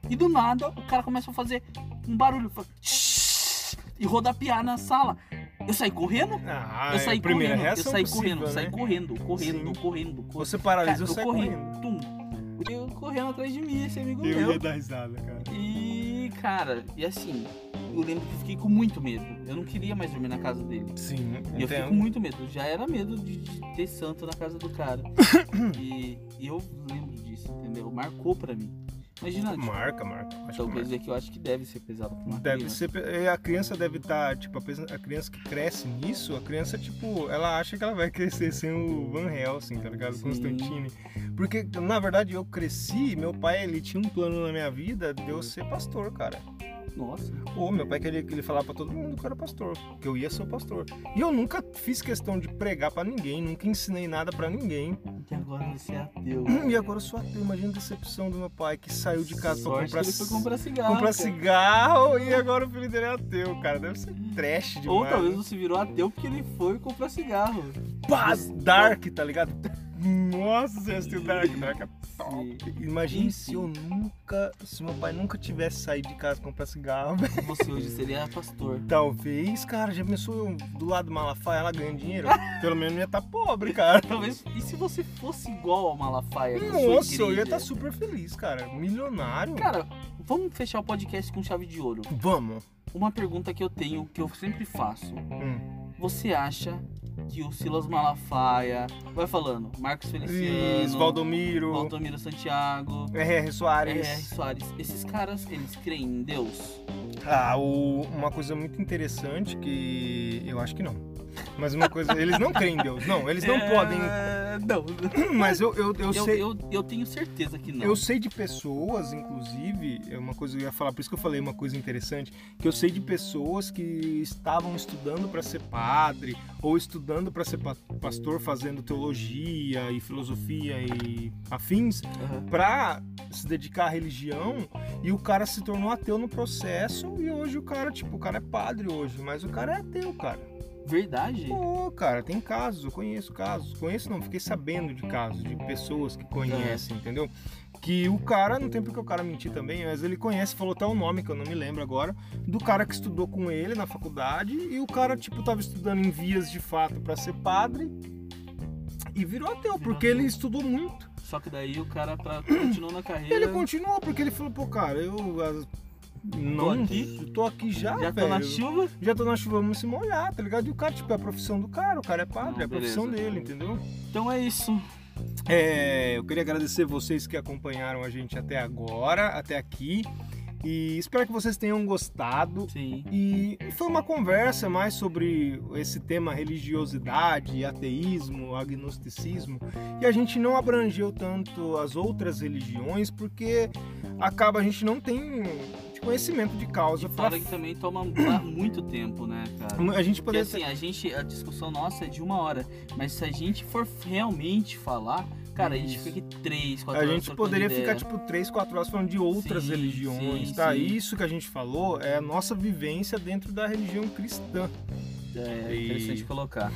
E do nada o cara começa a fazer um barulho fala, "Shhh", e rodapiar na sala. Eu saí correndo? Ah, eu saí é a primeira correndo, eu reação saí possível, correndo, né? saí correndo, correndo, Sim. correndo, correndo. Você Cara, paralisa, eu eu saio corri, correndo. tum. Eu correndo atrás de mim, esse amigo Eu meu. ia dar risada, cara. E, cara, e assim, eu lembro que eu fiquei com muito medo. Eu não queria mais dormir na casa dele. Sim, E eu fiquei com entendo. muito medo. Já era medo de, de ter santo na casa do cara. e, e eu lembro disso, entendeu? Marcou pra mim. Imagina, tipo, Marca, marca. Acho que talvez é que eu acho que deve ser pesado pra uma Deve criança. ser, e a criança deve estar, tipo, a pes- a criança que cresce nisso, a criança, tipo, ela acha que ela vai crescer sem o Van Helsing, tá ligado? Sim. Constantine. Porque, na verdade, eu cresci, meu pai, ele tinha um plano na minha vida de eu ser pastor, cara. Nossa. Ou meu pai queria que ele falava pra todo mundo que eu era pastor, que eu ia ser o pastor. E eu nunca fiz questão de pregar pra ninguém, nunca ensinei nada pra ninguém. E agora você é ateu. E agora eu sou ateu, imagina a decepção do meu pai que saiu de casa pra Sorte comprar que ele foi comprar cigarro. comprar cara. cigarro e agora o filho dele é ateu, cara. Deve ser trash demais. Ou talvez né? você virou ateu porque ele foi comprar cigarro. Pá, Dark, tá ligado? Nossa, você assistiu Dark, Dark é top. Sim. Imagina se eu nunca, se meu pai nunca tivesse saído de casa comprar cigarro. velho. Você hoje seria pastor. Talvez, cara, já pensou eu do lado do Malafaia lá ganhando dinheiro? Pelo menos eu ia estar pobre, cara. Talvez. E se você fosse igual ao Malafaia? com a sua Nossa, eu ia tá igreja? estar super feliz, cara. Milionário. Cara, vamos fechar o podcast com chave de ouro. Vamos. Uma pergunta que eu tenho, que eu sempre faço. Hum. Você acha que o Silas Malafaia. Vai falando, Marcos Feliciano, Isso, Valdomiro, Valdomiro Santiago, R.R. Soares. R.R. Soares. Esses caras, eles creem em Deus? Ah, o- uma coisa muito interessante que eu acho que não. Mas uma coisa, eles não creem em Deus, não, eles não É, podem. Não. Mas eu, eu, eu Eu, sei. eu, eu tenho certeza que não. Eu sei de pessoas, inclusive, é uma coisa que eu ia falar, por isso que eu falei uma coisa interessante, que eu sei de pessoas que estavam estudando para ser padre, ou estudando para ser pa- pastor, fazendo teologia e filosofia e afins, Aham. pra se dedicar à religião e o cara se tornou ateu no processo e hoje o cara, tipo, o cara é padre hoje, mas o cara é ateu, cara. Verdade? Pô, cara, tem casos, eu conheço casos, conheço não, fiquei sabendo de casos, de pessoas que conhecem, entendeu? Que o cara, não tem porque o cara mentir também, mas ele conhece, falou até o nome, que eu não me lembro agora, do cara que estudou com ele na faculdade e o cara, tipo, tava estudando em vias de fato pra ser padre e virou ateu, Virou porque ateu. ele estudou muito. Só que daí o cara pra, continuou na carreira. Ele é continuou, porque ele falou, pô, cara, eu as- não aqui. tô aqui já, Já tô Ah, velho. na chuva. Já tô na chuva, vamos se molhar, tá ligado? E o cara, tipo, é a profissão do cara, o cara é padre, Não, é a profissão beleza. dele, entendeu? Então é isso. É, eu queria agradecer vocês que acompanharam a gente até agora, até aqui. E espero que vocês tenham gostado. Sim. E foi uma conversa mais sobre esse tema religiosidade, ateísmo, agnosticismo, e a gente não abrangeu tanto as outras religiões porque acaba a gente não tem conhecimento de causa E para fora que também toma mu- muito tempo, né, cara? a gente Porque poder assim, a gente, a discussão nossa é de uma hora, mas se a gente for realmente falar, cara, a gente Isso. fica aqui três, quatro A horas gente trocando poderia ideia. ficar, tipo, três, quatro horas falando de outras Sim, religiões, sim, tá? sim. Isso que a gente falou é a nossa vivência dentro da religião cristã. É e- interessante colocar.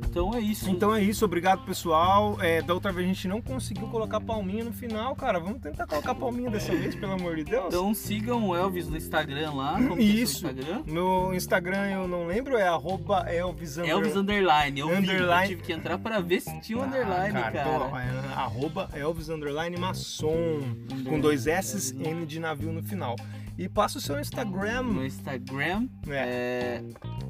Então é isso. tipo, Então é isso, obrigado pessoal. É, da outra vez a gente não conseguiu colocar palminha no final, cara. Vamos tentar colocar palminha dessa vez, pelo amor de Deus. Então sigam o Elvis no Instagram lá, como que é o seu Isso. Instagram? Meu Instagram eu não lembro, é arroba Elvis, Elvis Under- Underline, eu, vi, eu Então, Underline. tive que entrar pra ver se tinha um underline, Ah, cara. então, ó, é arroba Elvis Underline Maçom. Com dois S, N de navio no final. E passa o seu Instagram. No Instagram né? é,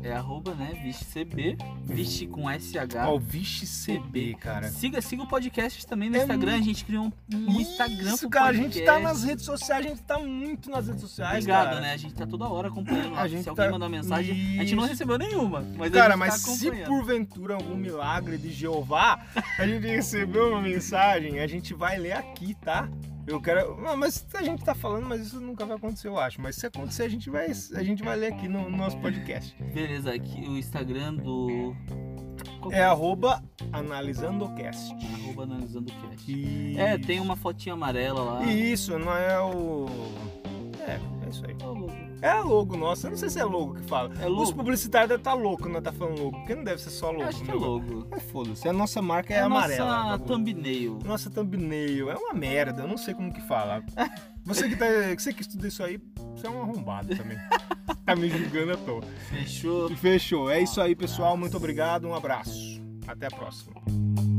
é arroba, né, VisteCB, Viste com Ó, SH. o Vixe CB, cara. Siga, siga o podcast também no É Instagram, a gente criou um, um Instagram Isso, pro cara, a podcast. gente tá nas redes sociais, a gente tá muito nas redes sociais, Obrigado, cara. né? A gente tá toda hora acompanhando lá. A gente se alguém tá- mandar mensagem, a gente não Isso. recebeu nenhuma, mas a Cara, gente mas tá se acompanhando. porventura algum milagre de Jeová, a gente recebeu uma mensagem, a gente vai ler aqui, tá? Eu quero. Não, mas a gente tá falando, mas isso nunca vai acontecer, eu acho. Mas se acontecer, a gente vai, a gente vai ler aqui no, no nosso podcast. Beleza, aqui o Instagram do Qual É arroba analisandocast. arroba analisando o cast. E... É, tem um- uma fotinha amarela lá. E isso, não é o. É, é isso aí. Ô, louco. É a logo nossa, eu não sei se é logo que fala. É Os logo? publicitários devem estar loucos, não tá falando louco, porque não deve ser só louco. Acho que é meu. logo. Mas foda-se, a nossa marca é, a amarela. Nossa bagulho. thumbnail. Nossa thumbnail, é uma merda, eu não sei como que fala. Você que, tá, você que estuda isso aí, você é um arrombado também. tá me julgando à toa. Fechou. Fechou, é isso aí pessoal, muito obrigado, um abraço. Até a próxima.